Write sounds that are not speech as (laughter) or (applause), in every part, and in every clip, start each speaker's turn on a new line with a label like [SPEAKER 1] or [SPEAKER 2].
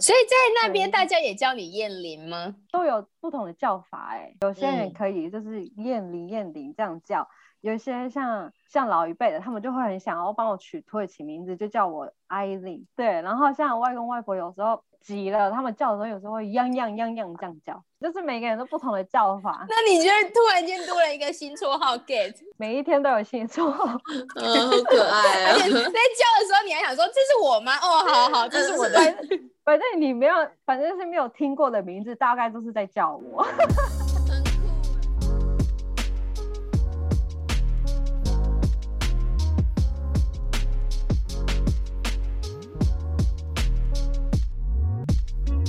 [SPEAKER 1] 所以在那边大家也叫你燕玲吗？
[SPEAKER 2] 都有不同的叫法哎、有些人
[SPEAKER 1] 嗯
[SPEAKER 2] 可以就是燕玲燕玲这样叫，有一些像像老一辈的，他们就会很想要帮我取土耳其名字，就叫我艾琳。对，然后像外公外婆有时候急了，他们叫的时候有时候会样样样样这样叫，就是每个人都不同的叫法，
[SPEAKER 1] 那你觉得突然间多了一个新绰号 (laughs) get，
[SPEAKER 2] 每一天都有新绰号。
[SPEAKER 3] 嗯，好可爱
[SPEAKER 1] 而
[SPEAKER 3] 啊
[SPEAKER 1] 且！在叫的时候你还想说这是我吗？哦，好好， (laughs) 这是我的。
[SPEAKER 2] 反正反正你没有，反正是没有听过的名字，大概都是在叫我。
[SPEAKER 3] 很酷欸。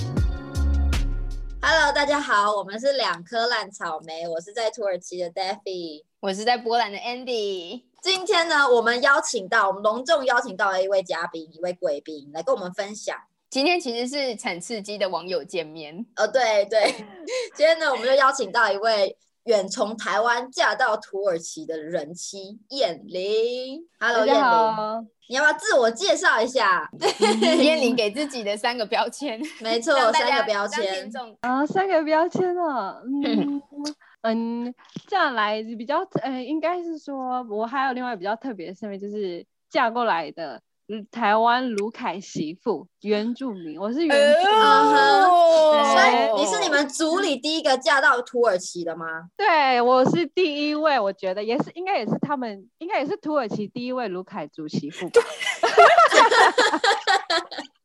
[SPEAKER 3] Hello，大家好，我们是两颗烂草莓，我是在土耳其的 Daffy。
[SPEAKER 1] 我是在波兰的 Andy，
[SPEAKER 3] 今天呢，我们邀请到，我们隆重邀请到了一位嘉宾，一位贵宾来跟我们分享。
[SPEAKER 1] 今天其实是产刺激的网友见 (laughs) 面，
[SPEAKER 3] 呃，对对， (laughs) 今天呢，我们就邀请到一位远从台湾嫁到土耳其的人妻燕玲。
[SPEAKER 2] 大
[SPEAKER 3] Hello，燕
[SPEAKER 2] 家
[SPEAKER 3] 玲，
[SPEAKER 2] 好，
[SPEAKER 3] 你要不要自我介绍一下？
[SPEAKER 1] 燕玲给自己的三个标签，
[SPEAKER 3] 没错
[SPEAKER 1] 让，大
[SPEAKER 3] 三
[SPEAKER 1] 家
[SPEAKER 3] 个标
[SPEAKER 1] 让听
[SPEAKER 3] 签。
[SPEAKER 1] 众
[SPEAKER 2] 啊，三个标签了，嗯嗯，嫁来比较，呃，应该是说我还有另外比较特别的身份，就是嫁过来的嗯台湾卢凯媳妇，原住民，我是
[SPEAKER 1] 嗯
[SPEAKER 2] 原住民，
[SPEAKER 3] 哦
[SPEAKER 2] 嗯
[SPEAKER 3] 所
[SPEAKER 2] 哼
[SPEAKER 3] 以你是你们族里第一个嫁到土耳其的吗？
[SPEAKER 2] 对，我是第一位，我觉得也是，应该也是他们，应该也是土耳其第一位卢凯族媳妇吧，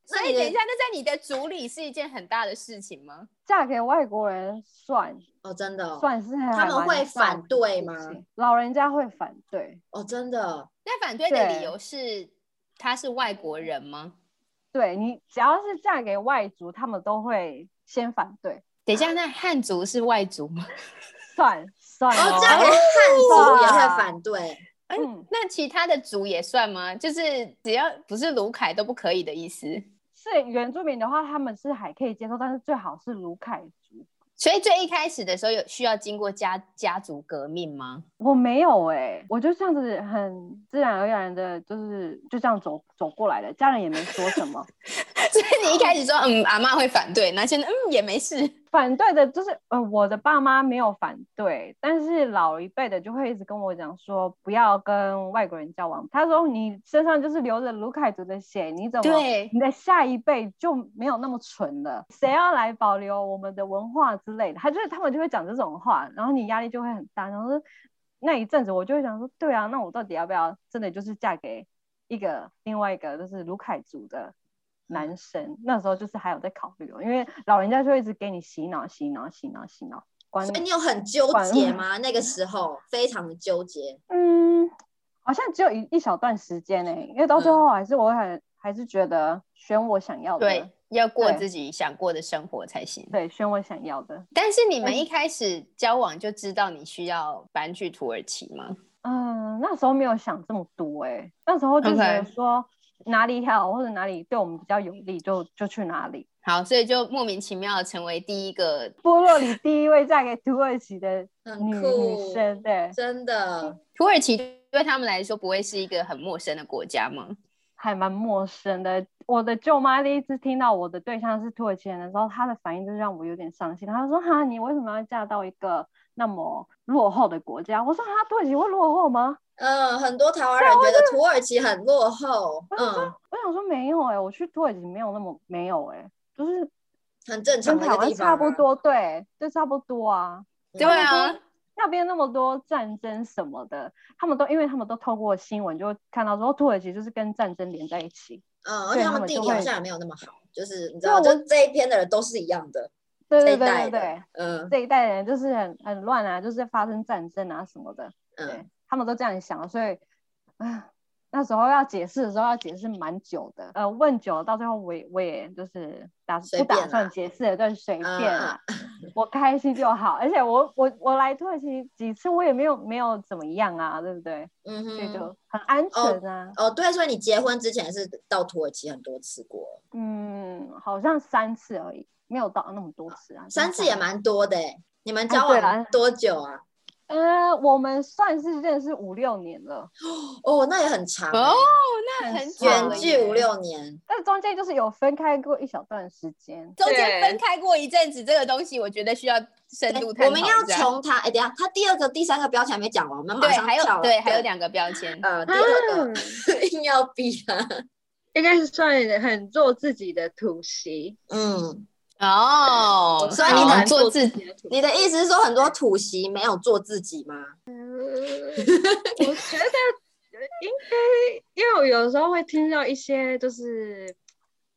[SPEAKER 1] 所以等一下，那在你的组里是一件很大的事情吗？
[SPEAKER 2] 嫁给外国人算
[SPEAKER 3] 哦，真的哦，
[SPEAKER 2] 算是还
[SPEAKER 3] 他们
[SPEAKER 2] 蛮
[SPEAKER 3] 会
[SPEAKER 2] 大
[SPEAKER 3] 反
[SPEAKER 2] 的
[SPEAKER 3] 对
[SPEAKER 2] 事
[SPEAKER 3] 吗
[SPEAKER 2] 情？老人家会反对，
[SPEAKER 3] 哦，真的，
[SPEAKER 1] 那反对的
[SPEAKER 2] 对
[SPEAKER 1] 理由是他是外国人吗？
[SPEAKER 2] 对你只要是嫁给外族，他们都会先反对。
[SPEAKER 1] 等一下，那汉族是外族吗？
[SPEAKER 2] 算算
[SPEAKER 3] 哦，嫁给汉族也会反对。
[SPEAKER 2] 嗯，
[SPEAKER 1] 那其他的族也算吗？就是只要不是卢凯都不可以的意思。
[SPEAKER 2] 是原住民的话，他们是还可以接受，但是最好是卢凯族。
[SPEAKER 1] 所以最一开始的时候有需要经过家家族革命吗？ (laughs)
[SPEAKER 2] 我没有哎、我就这样子很自然而然的，就是就这样走走过来的，家人也没说什么。 (laughs)
[SPEAKER 1] 所以你一开始说
[SPEAKER 3] 哦
[SPEAKER 1] 嗯阿妈会反对，那现在嗯也没事。
[SPEAKER 2] 反对的就是呃，我的爸妈没有反对，但是老一辈的就会一直跟我讲说，不要跟外国人交往。他说你身上就是流着卢凯族的血，你怎么
[SPEAKER 1] 对，
[SPEAKER 2] 你的下一辈就没有那么蠢了，谁要来保留我们的文化之类的？他就是他们就会讲这种话，然后你压力就会很大。然后说那一阵子我就会想说，对啊，那我到底要不要真的就是嫁给一个另外一个就是卢凯族的男生？那时候就是还有在考虑哦，因为老人家就会一直给你洗脑、洗脑、洗脑、洗脑。关
[SPEAKER 3] 所以你有很纠
[SPEAKER 2] 反
[SPEAKER 3] 结吗？那个时候非常的纠结。
[SPEAKER 2] 嗯，好像只有一一小段时间呢、因为到最
[SPEAKER 3] 嗯
[SPEAKER 2] 后还是我很、还是觉得选我想要的，
[SPEAKER 1] 对，要过
[SPEAKER 2] 对
[SPEAKER 1] 自己想过的生活才行。
[SPEAKER 2] 对，选我想要的。
[SPEAKER 1] 但是你们一开始交往就知道你需要搬去土耳其吗？
[SPEAKER 2] 嗯，那时候没有想这么多哎、那时候就觉得
[SPEAKER 1] OK
[SPEAKER 2] 说哪里好或者哪里对我们比较有利就就去哪里。
[SPEAKER 1] 好，所以就莫名其妙地成为第一个
[SPEAKER 2] 部落里第一位嫁给土耳其的
[SPEAKER 3] (laughs) 很
[SPEAKER 2] 女
[SPEAKER 3] 酷
[SPEAKER 2] 女生，对，
[SPEAKER 3] 真的，
[SPEAKER 1] 土耳其，对他们来说不会是一个很陌生的国家吗？
[SPEAKER 2] 还蛮陌生的。我的舅妈第一次听到我的对象是土耳其人的时候，她的反应就让我有点伤心。她就说：“哈，你为什么要嫁到一个那么落后的国家？”我说：“哈，土耳其会落后吗
[SPEAKER 3] 嗯，很多台湾人觉得土耳其很落后，嗯，？”
[SPEAKER 2] 啊我想说没有哎、我去土耳其没有那么没有哎、就是
[SPEAKER 3] 很正常
[SPEAKER 2] 跟
[SPEAKER 3] 的
[SPEAKER 2] 台
[SPEAKER 3] 一个
[SPEAKER 2] 湾
[SPEAKER 3] 地方、啊
[SPEAKER 2] 差不，多，对，就差不多啊。
[SPEAKER 3] 嗯
[SPEAKER 1] 对啊，
[SPEAKER 2] 那边那么多战争什么的，他们都因为他们都透过新闻就会看到说哦土耳其就是跟战争连在一起。
[SPEAKER 3] 嗯，而且
[SPEAKER 2] 对他
[SPEAKER 3] 他们
[SPEAKER 2] 们
[SPEAKER 3] 地
[SPEAKER 2] 就
[SPEAKER 3] 理好
[SPEAKER 2] 会
[SPEAKER 3] 像也没有那么好，就是你知道，
[SPEAKER 2] 对
[SPEAKER 3] 就
[SPEAKER 2] 我
[SPEAKER 3] 这一篇的人都是一样的，
[SPEAKER 2] 对对
[SPEAKER 3] 这一代
[SPEAKER 2] 对对
[SPEAKER 3] 的
[SPEAKER 2] 对，
[SPEAKER 3] 嗯
[SPEAKER 2] 这一代人就是很很乱啊，就是发生战争啊什么的，对、
[SPEAKER 3] 嗯，
[SPEAKER 2] 他们都这样想，所以啊那时候要解释的时候要解释蛮久的，呃，问久了到最后我也我也就是打
[SPEAKER 3] 随
[SPEAKER 2] 不打
[SPEAKER 3] 便啦
[SPEAKER 2] 算解释了，对，随便
[SPEAKER 3] 啊
[SPEAKER 2] 啊， (laughs) 我开心就好。而且我我我来土耳其几次，我也没有没有怎么样啊，对不对？
[SPEAKER 3] 嗯
[SPEAKER 2] 所以
[SPEAKER 3] 哼，
[SPEAKER 2] 就很安全啊。
[SPEAKER 3] 哦，对，所以你结婚之前是到土耳其很多次过，
[SPEAKER 2] 嗯，好像三次
[SPEAKER 3] 哦
[SPEAKER 2] 而已，没有到那么多次啊。哎
[SPEAKER 3] 三次也蛮多的欸，你们
[SPEAKER 2] 对
[SPEAKER 3] 交往
[SPEAKER 2] 啦
[SPEAKER 3] 多久啊？
[SPEAKER 4] 呃，我们算是认识五六年了，
[SPEAKER 3] 哦，那也很长欸、
[SPEAKER 1] 哦，那很久
[SPEAKER 3] 远
[SPEAKER 1] 了
[SPEAKER 3] 距五
[SPEAKER 1] 耶，
[SPEAKER 3] 六年，
[SPEAKER 4] 但中间就是有分开过一小段时间。
[SPEAKER 1] 中间
[SPEAKER 2] 对
[SPEAKER 1] 分开过一阵子，这个东西我觉得需要深
[SPEAKER 3] 哎
[SPEAKER 1] 度探讨一下。
[SPEAKER 3] 我们要从他，哎、等一下，他第二个、第三个标签还没讲完，我们马
[SPEAKER 1] 对，
[SPEAKER 3] 上
[SPEAKER 1] 还
[SPEAKER 3] 跳了
[SPEAKER 1] 有对，还有两个标签。
[SPEAKER 3] 呃，第二
[SPEAKER 2] 嗯，
[SPEAKER 3] 个 (laughs) 硬要逼他，
[SPEAKER 2] 应该是算很做自己的突袭，
[SPEAKER 3] 嗯，
[SPEAKER 1] 哦，
[SPEAKER 3] 所以你
[SPEAKER 1] 好
[SPEAKER 3] 能
[SPEAKER 2] 蛮
[SPEAKER 1] 做自
[SPEAKER 2] 己的突袭。
[SPEAKER 3] 你的意思是说很多土席没有做自己吗？
[SPEAKER 2] 我觉得应该，因为我有时候会听到一些就是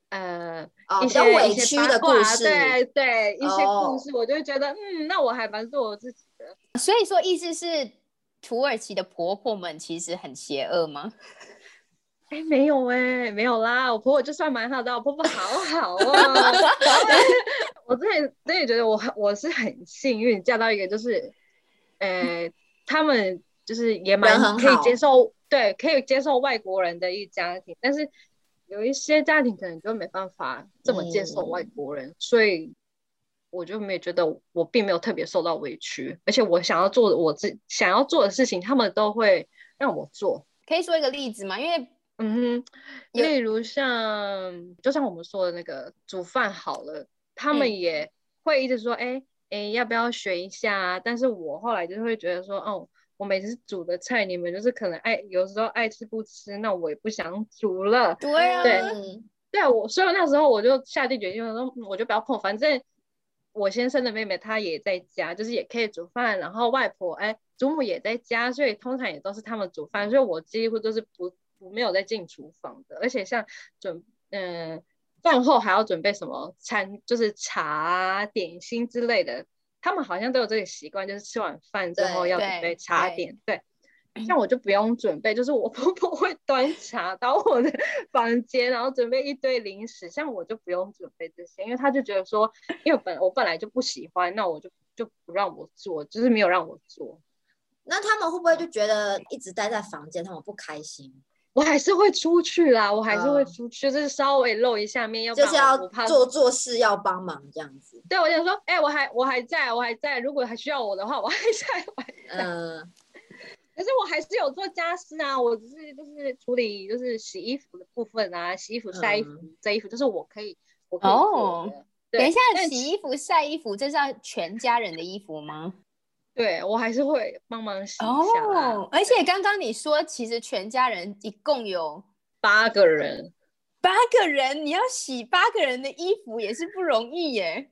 [SPEAKER 2] 呃
[SPEAKER 3] 哦，
[SPEAKER 2] 一
[SPEAKER 3] 比
[SPEAKER 2] 些
[SPEAKER 3] 较委
[SPEAKER 2] 一些
[SPEAKER 3] 屈
[SPEAKER 2] 八
[SPEAKER 3] 的故
[SPEAKER 2] 卦
[SPEAKER 3] 事，
[SPEAKER 2] 对对，一些
[SPEAKER 3] 哦
[SPEAKER 2] 故事，我就会觉得嗯，那我还蛮做我自己的。
[SPEAKER 1] 所以说，意思是土耳其的婆婆们其实很邪恶吗？ (laughs)
[SPEAKER 2] 哎，没有哎、没有啦，我婆婆就算蛮好的，我婆婆好好哦。然后我之前真的觉得我很我是很幸运嫁到一个就是，呃，他们就是也蛮
[SPEAKER 3] 人很
[SPEAKER 2] 可以
[SPEAKER 3] 好
[SPEAKER 2] 接受，对，可以接受外国人的一家庭，但是有一些家庭可能就没办法这么接
[SPEAKER 3] 嗯
[SPEAKER 2] 受外国人，所以我就没觉得我并没有特别受到委屈，而且我想要做的我自想要做的事情，他们都会让我做。
[SPEAKER 1] 可以说一个例子吗？因为
[SPEAKER 2] 嗯哼，
[SPEAKER 1] 有
[SPEAKER 2] 例如像就像我们说的那个煮饭好了，他们
[SPEAKER 1] 嗯
[SPEAKER 2] 也会一直说，哎、哎、要不要学一下啊？但是我后来就会觉得说，哦，我每次煮的菜你们就是可能爱有时候爱吃不吃，那我也不想煮了。
[SPEAKER 1] 对啊，
[SPEAKER 2] 对
[SPEAKER 3] 嗯
[SPEAKER 2] 对啊，我所以那时候我就下定决心我说，嗯我就不要碰，反正我先生的妹妹她也在家，就是也可以煮饭，然后外婆哎祖母也在家，所以通常也都是他们煮饭，所以我几乎都是不不没有在进厨房的，而且像准嗯、饭后还要准备什么餐，就是茶啊、点心之类的，他们好像都有这个习惯，就是吃完饭之后
[SPEAKER 3] 对
[SPEAKER 2] 要准
[SPEAKER 1] 对
[SPEAKER 2] 备茶
[SPEAKER 1] 对
[SPEAKER 2] 点，对。像我就不用准备，就是我婆婆会端茶到我的 (laughs) 房间，然后准备一堆零食。像我就不用准备这些，因为他就觉得说，因为我本我本来就不喜欢，那我就就不让我做，就是没有让我做。
[SPEAKER 3] 那他们会不会就觉得一直待在房间，他们不开心？
[SPEAKER 2] 我还是会出去啦，我还是会
[SPEAKER 3] 嗯
[SPEAKER 2] 出去，就是稍微露一下面，要不
[SPEAKER 3] 就
[SPEAKER 2] 然
[SPEAKER 3] 是要
[SPEAKER 2] 我怕
[SPEAKER 3] 做做事要帮忙这样 (laughs) 子，
[SPEAKER 2] 对，我想说，哎、我还我还在，我还在，如果还需要我的话，我还在， (laughs) 我还
[SPEAKER 3] 嗯，
[SPEAKER 2] 可是我还是有做家事啊，我只是就是处理就是洗衣服的部分啊，洗衣服、晒衣服、
[SPEAKER 3] 嗯
[SPEAKER 2] 折衣服，就是我可以我可以做的。对
[SPEAKER 1] 哦等一下
[SPEAKER 2] 但
[SPEAKER 1] 洗衣服、晒衣服，这是要全家人的衣服吗？
[SPEAKER 2] 对我还是会帮忙洗一下啦、
[SPEAKER 1] 哦
[SPEAKER 3] 啊
[SPEAKER 1] 而且刚刚你说，其实全家人一共有
[SPEAKER 2] 八个人，
[SPEAKER 1] 八个人，你要洗八个人的衣服也是不容易耶。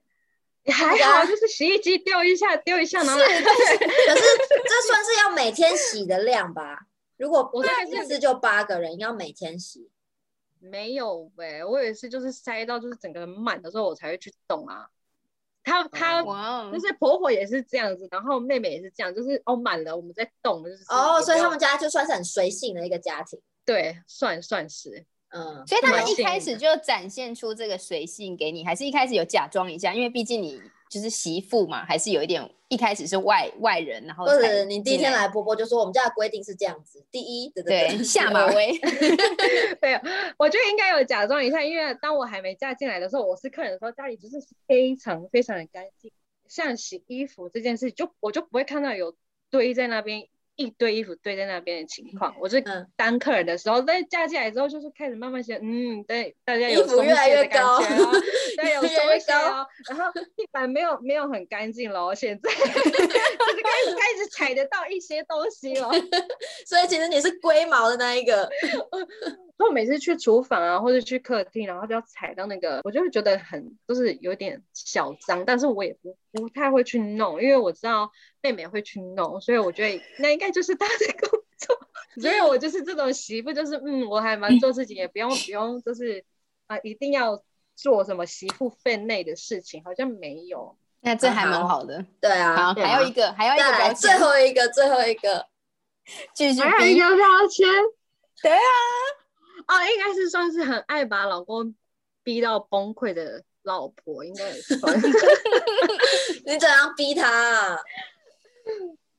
[SPEAKER 2] 还
[SPEAKER 3] 对啊
[SPEAKER 2] 好就是洗衣机丢一下丢一下，然后
[SPEAKER 3] 可是这算是要每天洗的量吧？如果
[SPEAKER 2] 我
[SPEAKER 3] 八
[SPEAKER 2] 看是
[SPEAKER 3] 一次就八个人，要每天洗，
[SPEAKER 2] (laughs) 没有呗、我也是就是塞到就是整个人满的时候我才会去动啊。他他
[SPEAKER 1] 哇
[SPEAKER 3] 嗯
[SPEAKER 1] 哦，
[SPEAKER 2] 就是婆婆也是这样子，然后妹妹也是这样，就是哦满了我们再动，就是
[SPEAKER 3] 哦，
[SPEAKER 2] 也
[SPEAKER 3] 所以
[SPEAKER 2] 不
[SPEAKER 3] 他
[SPEAKER 2] 要
[SPEAKER 3] 们家就算是很随性的一个家庭，
[SPEAKER 2] 对算算是
[SPEAKER 3] 嗯，
[SPEAKER 1] 所以他们
[SPEAKER 2] 蛮
[SPEAKER 1] 一
[SPEAKER 2] 幸
[SPEAKER 1] 开
[SPEAKER 2] 运
[SPEAKER 1] 始
[SPEAKER 2] 的
[SPEAKER 1] 就展现出这个随性给你，还是一开始有假装一下？因为毕竟你就是媳妇嘛，还是有一点一开始是外外人，然后
[SPEAKER 3] 或
[SPEAKER 1] 才
[SPEAKER 3] 者你第一
[SPEAKER 1] 进
[SPEAKER 3] 天哦来波波就说我们家的规定是这样子，第一，对
[SPEAKER 1] 对
[SPEAKER 3] 对，
[SPEAKER 1] 下马，威，
[SPEAKER 2] (laughs) 对，啊我觉得应该有假装一下，因为当我还没嫁进来的时候，我是客人的时候，家里就是非常非常的干净。像洗衣服这件事，就我就不会看到有堆在那边一堆衣服堆在那边的情况。我是
[SPEAKER 3] 嗯
[SPEAKER 2] 当客人的时候，但是嫁进来之后，就是开始慢慢觉得，嗯，对，大家
[SPEAKER 3] 衣
[SPEAKER 2] 有
[SPEAKER 3] 服越
[SPEAKER 2] 松
[SPEAKER 3] 来
[SPEAKER 2] 懈的
[SPEAKER 3] 越
[SPEAKER 2] 感
[SPEAKER 3] 高
[SPEAKER 2] 觉
[SPEAKER 3] (laughs)
[SPEAKER 2] 哦对，有
[SPEAKER 3] 越来越
[SPEAKER 2] 松懈哦。然后地板没有没有很干净了，现
[SPEAKER 3] (laughs)
[SPEAKER 2] 在 (laughs) 就是开始开始踩得到一些东西了。
[SPEAKER 3] (laughs) 所以其实你是龟毛的那一个，
[SPEAKER 2] 所以我每次去厨房啊，或者去客厅，然后就要踩到那个，我就会觉得很就是有点小脏，但是我也不不太会去弄，因为我知道妹妹会去弄，所以我 (laughs) 觉得那应该就是她的工作。 (laughs) 所以我就是这种媳妇，就是嗯，我还蛮做自己，也不用不用就是啊、一定要做什么媳妇分内的事情，好像没有。
[SPEAKER 1] 那这
[SPEAKER 3] 很
[SPEAKER 1] 还蛮
[SPEAKER 3] 好
[SPEAKER 1] 好的。
[SPEAKER 3] 对啊
[SPEAKER 1] 好，，
[SPEAKER 2] 对
[SPEAKER 1] 还有
[SPEAKER 2] 啊
[SPEAKER 1] 一个，还有一
[SPEAKER 3] 再
[SPEAKER 1] 个
[SPEAKER 3] 来
[SPEAKER 1] 标
[SPEAKER 3] 最
[SPEAKER 1] 签，
[SPEAKER 3] 后一个，最后一个，
[SPEAKER 1] 继续
[SPEAKER 2] 还有一
[SPEAKER 1] 逼
[SPEAKER 2] 个标签，
[SPEAKER 1] 对啊，
[SPEAKER 2] 哦，应该是算是很爱把老公逼到崩溃的老婆，应该也算。
[SPEAKER 3] 你怎样逼他啊？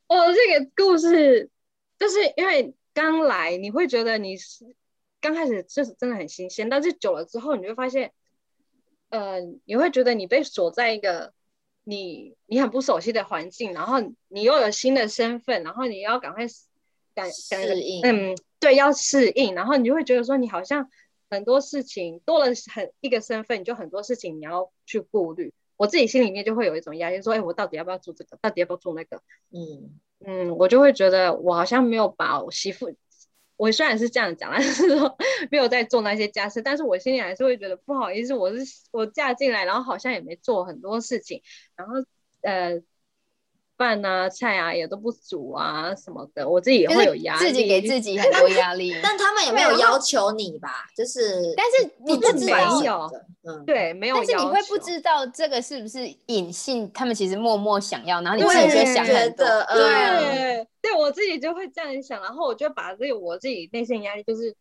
[SPEAKER 2] 哦，这个故事就是因为刚来，你会觉得你是刚开始就是真的很新鲜，但是久了之后，你就会发现，呃，你会觉得你被锁在一个你你很不熟悉的环境，然后你又有新的身份，然后你要赶快赶赶
[SPEAKER 3] 适应
[SPEAKER 2] 嗯，对，要适应，然后你就会觉得说你好像很多事情多了很一个身份，你就很多事情你要去顾虑。我自己心里面就会有一种压力，说，哎，我到底要不要做这个？到底要不要做那个？
[SPEAKER 3] 嗯，
[SPEAKER 2] 嗯，我就会觉得我好像没有把我媳妇，我虽然是这样讲， (laughs) 但是说没有在做那些家事，但是我心里还是会觉得不好意思，我是我嫁进来，然后好像也没做很多事情，然后呃饭啊菜啊也都不煮啊什么的，我自己也
[SPEAKER 1] 就
[SPEAKER 2] 会有
[SPEAKER 1] 是
[SPEAKER 2] 压力，
[SPEAKER 1] 自己给自己很多压力。
[SPEAKER 3] (laughs) 但他们也没有要求你吧？就是，
[SPEAKER 1] 但是
[SPEAKER 3] 你
[SPEAKER 1] 不
[SPEAKER 3] 自
[SPEAKER 2] 知
[SPEAKER 3] 己
[SPEAKER 2] 道
[SPEAKER 3] 选
[SPEAKER 2] 没有
[SPEAKER 3] 择，嗯，
[SPEAKER 2] 对没有要
[SPEAKER 1] 但
[SPEAKER 2] 求，
[SPEAKER 1] 是你会不知道这个是不是隐性，他们其实默默想要，然后你
[SPEAKER 3] 我
[SPEAKER 1] 自
[SPEAKER 3] 也
[SPEAKER 1] 己
[SPEAKER 2] 对
[SPEAKER 1] 就是想
[SPEAKER 3] 觉
[SPEAKER 1] 很多。
[SPEAKER 3] 得，嗯，
[SPEAKER 2] 对， (laughs) 对我自己就会这样想，然后我就把这个我自己内心的压力，就是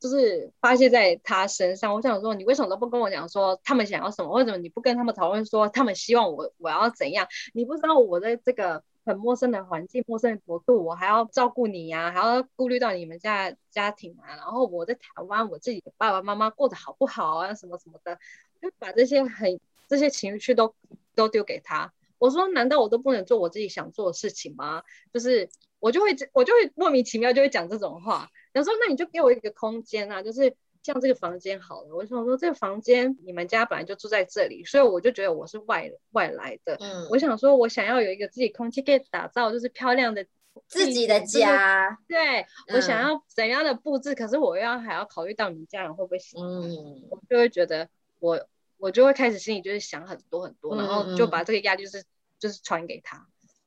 [SPEAKER 2] 就是发泄在他身上。我想说，你为什么都不跟我讲说他们想要什么？为什么你不跟他们讨论说他们希望我我要怎样？你不知道我在这个很陌生的环境、陌生的国度，我还要照顾你呀、还要顾虑到你们家家庭啊。然后我在台湾，我自己的爸爸妈妈过得好不好啊？什么什么的，就把这些很这些情绪都都丢给他。我说：“难道我都不能做我自己想做的事情吗？”就是我就会我就会莫名其妙就会讲这种话。然后说：“那你就给我一个空间啊，就是像这个房间好了。”我就想说：“这个房间你们家本来就住在这里，所以我就觉得我是外外来的。
[SPEAKER 3] 嗯，
[SPEAKER 2] 我想说，我想要有一个自己空间可以打造，就是漂亮的
[SPEAKER 3] 自己的
[SPEAKER 2] 就是
[SPEAKER 3] 家，
[SPEAKER 2] 对我想
[SPEAKER 3] 嗯
[SPEAKER 2] 要怎样的布置，可是我又要还要考虑到你们家人会不会喜欢。
[SPEAKER 3] 嗯，
[SPEAKER 2] 我就会觉得我我就会开始心里就是想很多很多，然
[SPEAKER 3] 嗯
[SPEAKER 2] 后
[SPEAKER 3] 嗯
[SPEAKER 2] 就把这个压力就是就是传给他。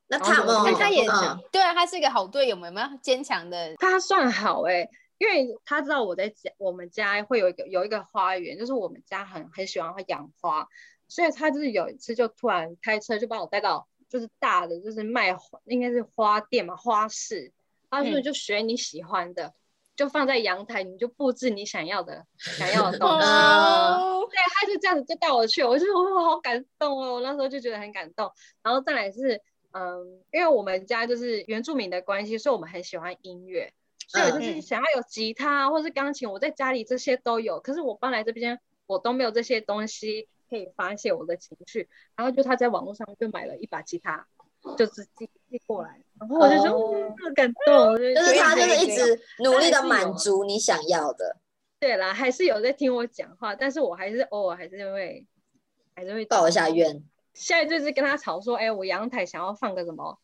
[SPEAKER 3] 那
[SPEAKER 2] 然后
[SPEAKER 3] 他
[SPEAKER 2] 就
[SPEAKER 3] 们哦，
[SPEAKER 1] 但他也
[SPEAKER 3] 嗯
[SPEAKER 1] 对啊，他是一个好队友，有没有坚强的？
[SPEAKER 2] 他算好哎、因为他知道我在家，我们家会有一个有一个花园，就是我们家很很喜欢养花，所以他就是有一次就突然开车就把我带到就是大的就是卖花应该是花店嘛花市，他说
[SPEAKER 1] 嗯
[SPEAKER 2] 就选你喜欢的，就放在阳台，你就布置你想要的想要的东西。
[SPEAKER 3] 啊
[SPEAKER 1] 哦，
[SPEAKER 2] 对，他就这样子就带我去，我就我好感动哦，我那时候就觉得很感动。然后再来是，嗯，因为我们家就是原住民的关系，所以我们很喜欢音乐，所以我就是
[SPEAKER 1] 嗯
[SPEAKER 2] 想要有吉他或是钢琴，我在家里这些都有，可是我搬来这边我都没有这些东西可以发泄我的情绪。然后就他在网络上就买了一把吉他，就是寄寄过来，然后我就觉得、
[SPEAKER 3] 哦
[SPEAKER 2] 嗯好感动，就
[SPEAKER 3] 就是他就
[SPEAKER 2] 觉得
[SPEAKER 3] 是
[SPEAKER 2] 很
[SPEAKER 3] 一直努力
[SPEAKER 2] 他还是
[SPEAKER 3] 的
[SPEAKER 2] 有
[SPEAKER 1] 啊
[SPEAKER 3] 满足你想要的，
[SPEAKER 2] 对啦，还是有在听我讲话，但是我还是偶尔还是会，还是会
[SPEAKER 3] 报一下怨，
[SPEAKER 2] 现在就是跟他吵说，哎、我阳台想要放个什么，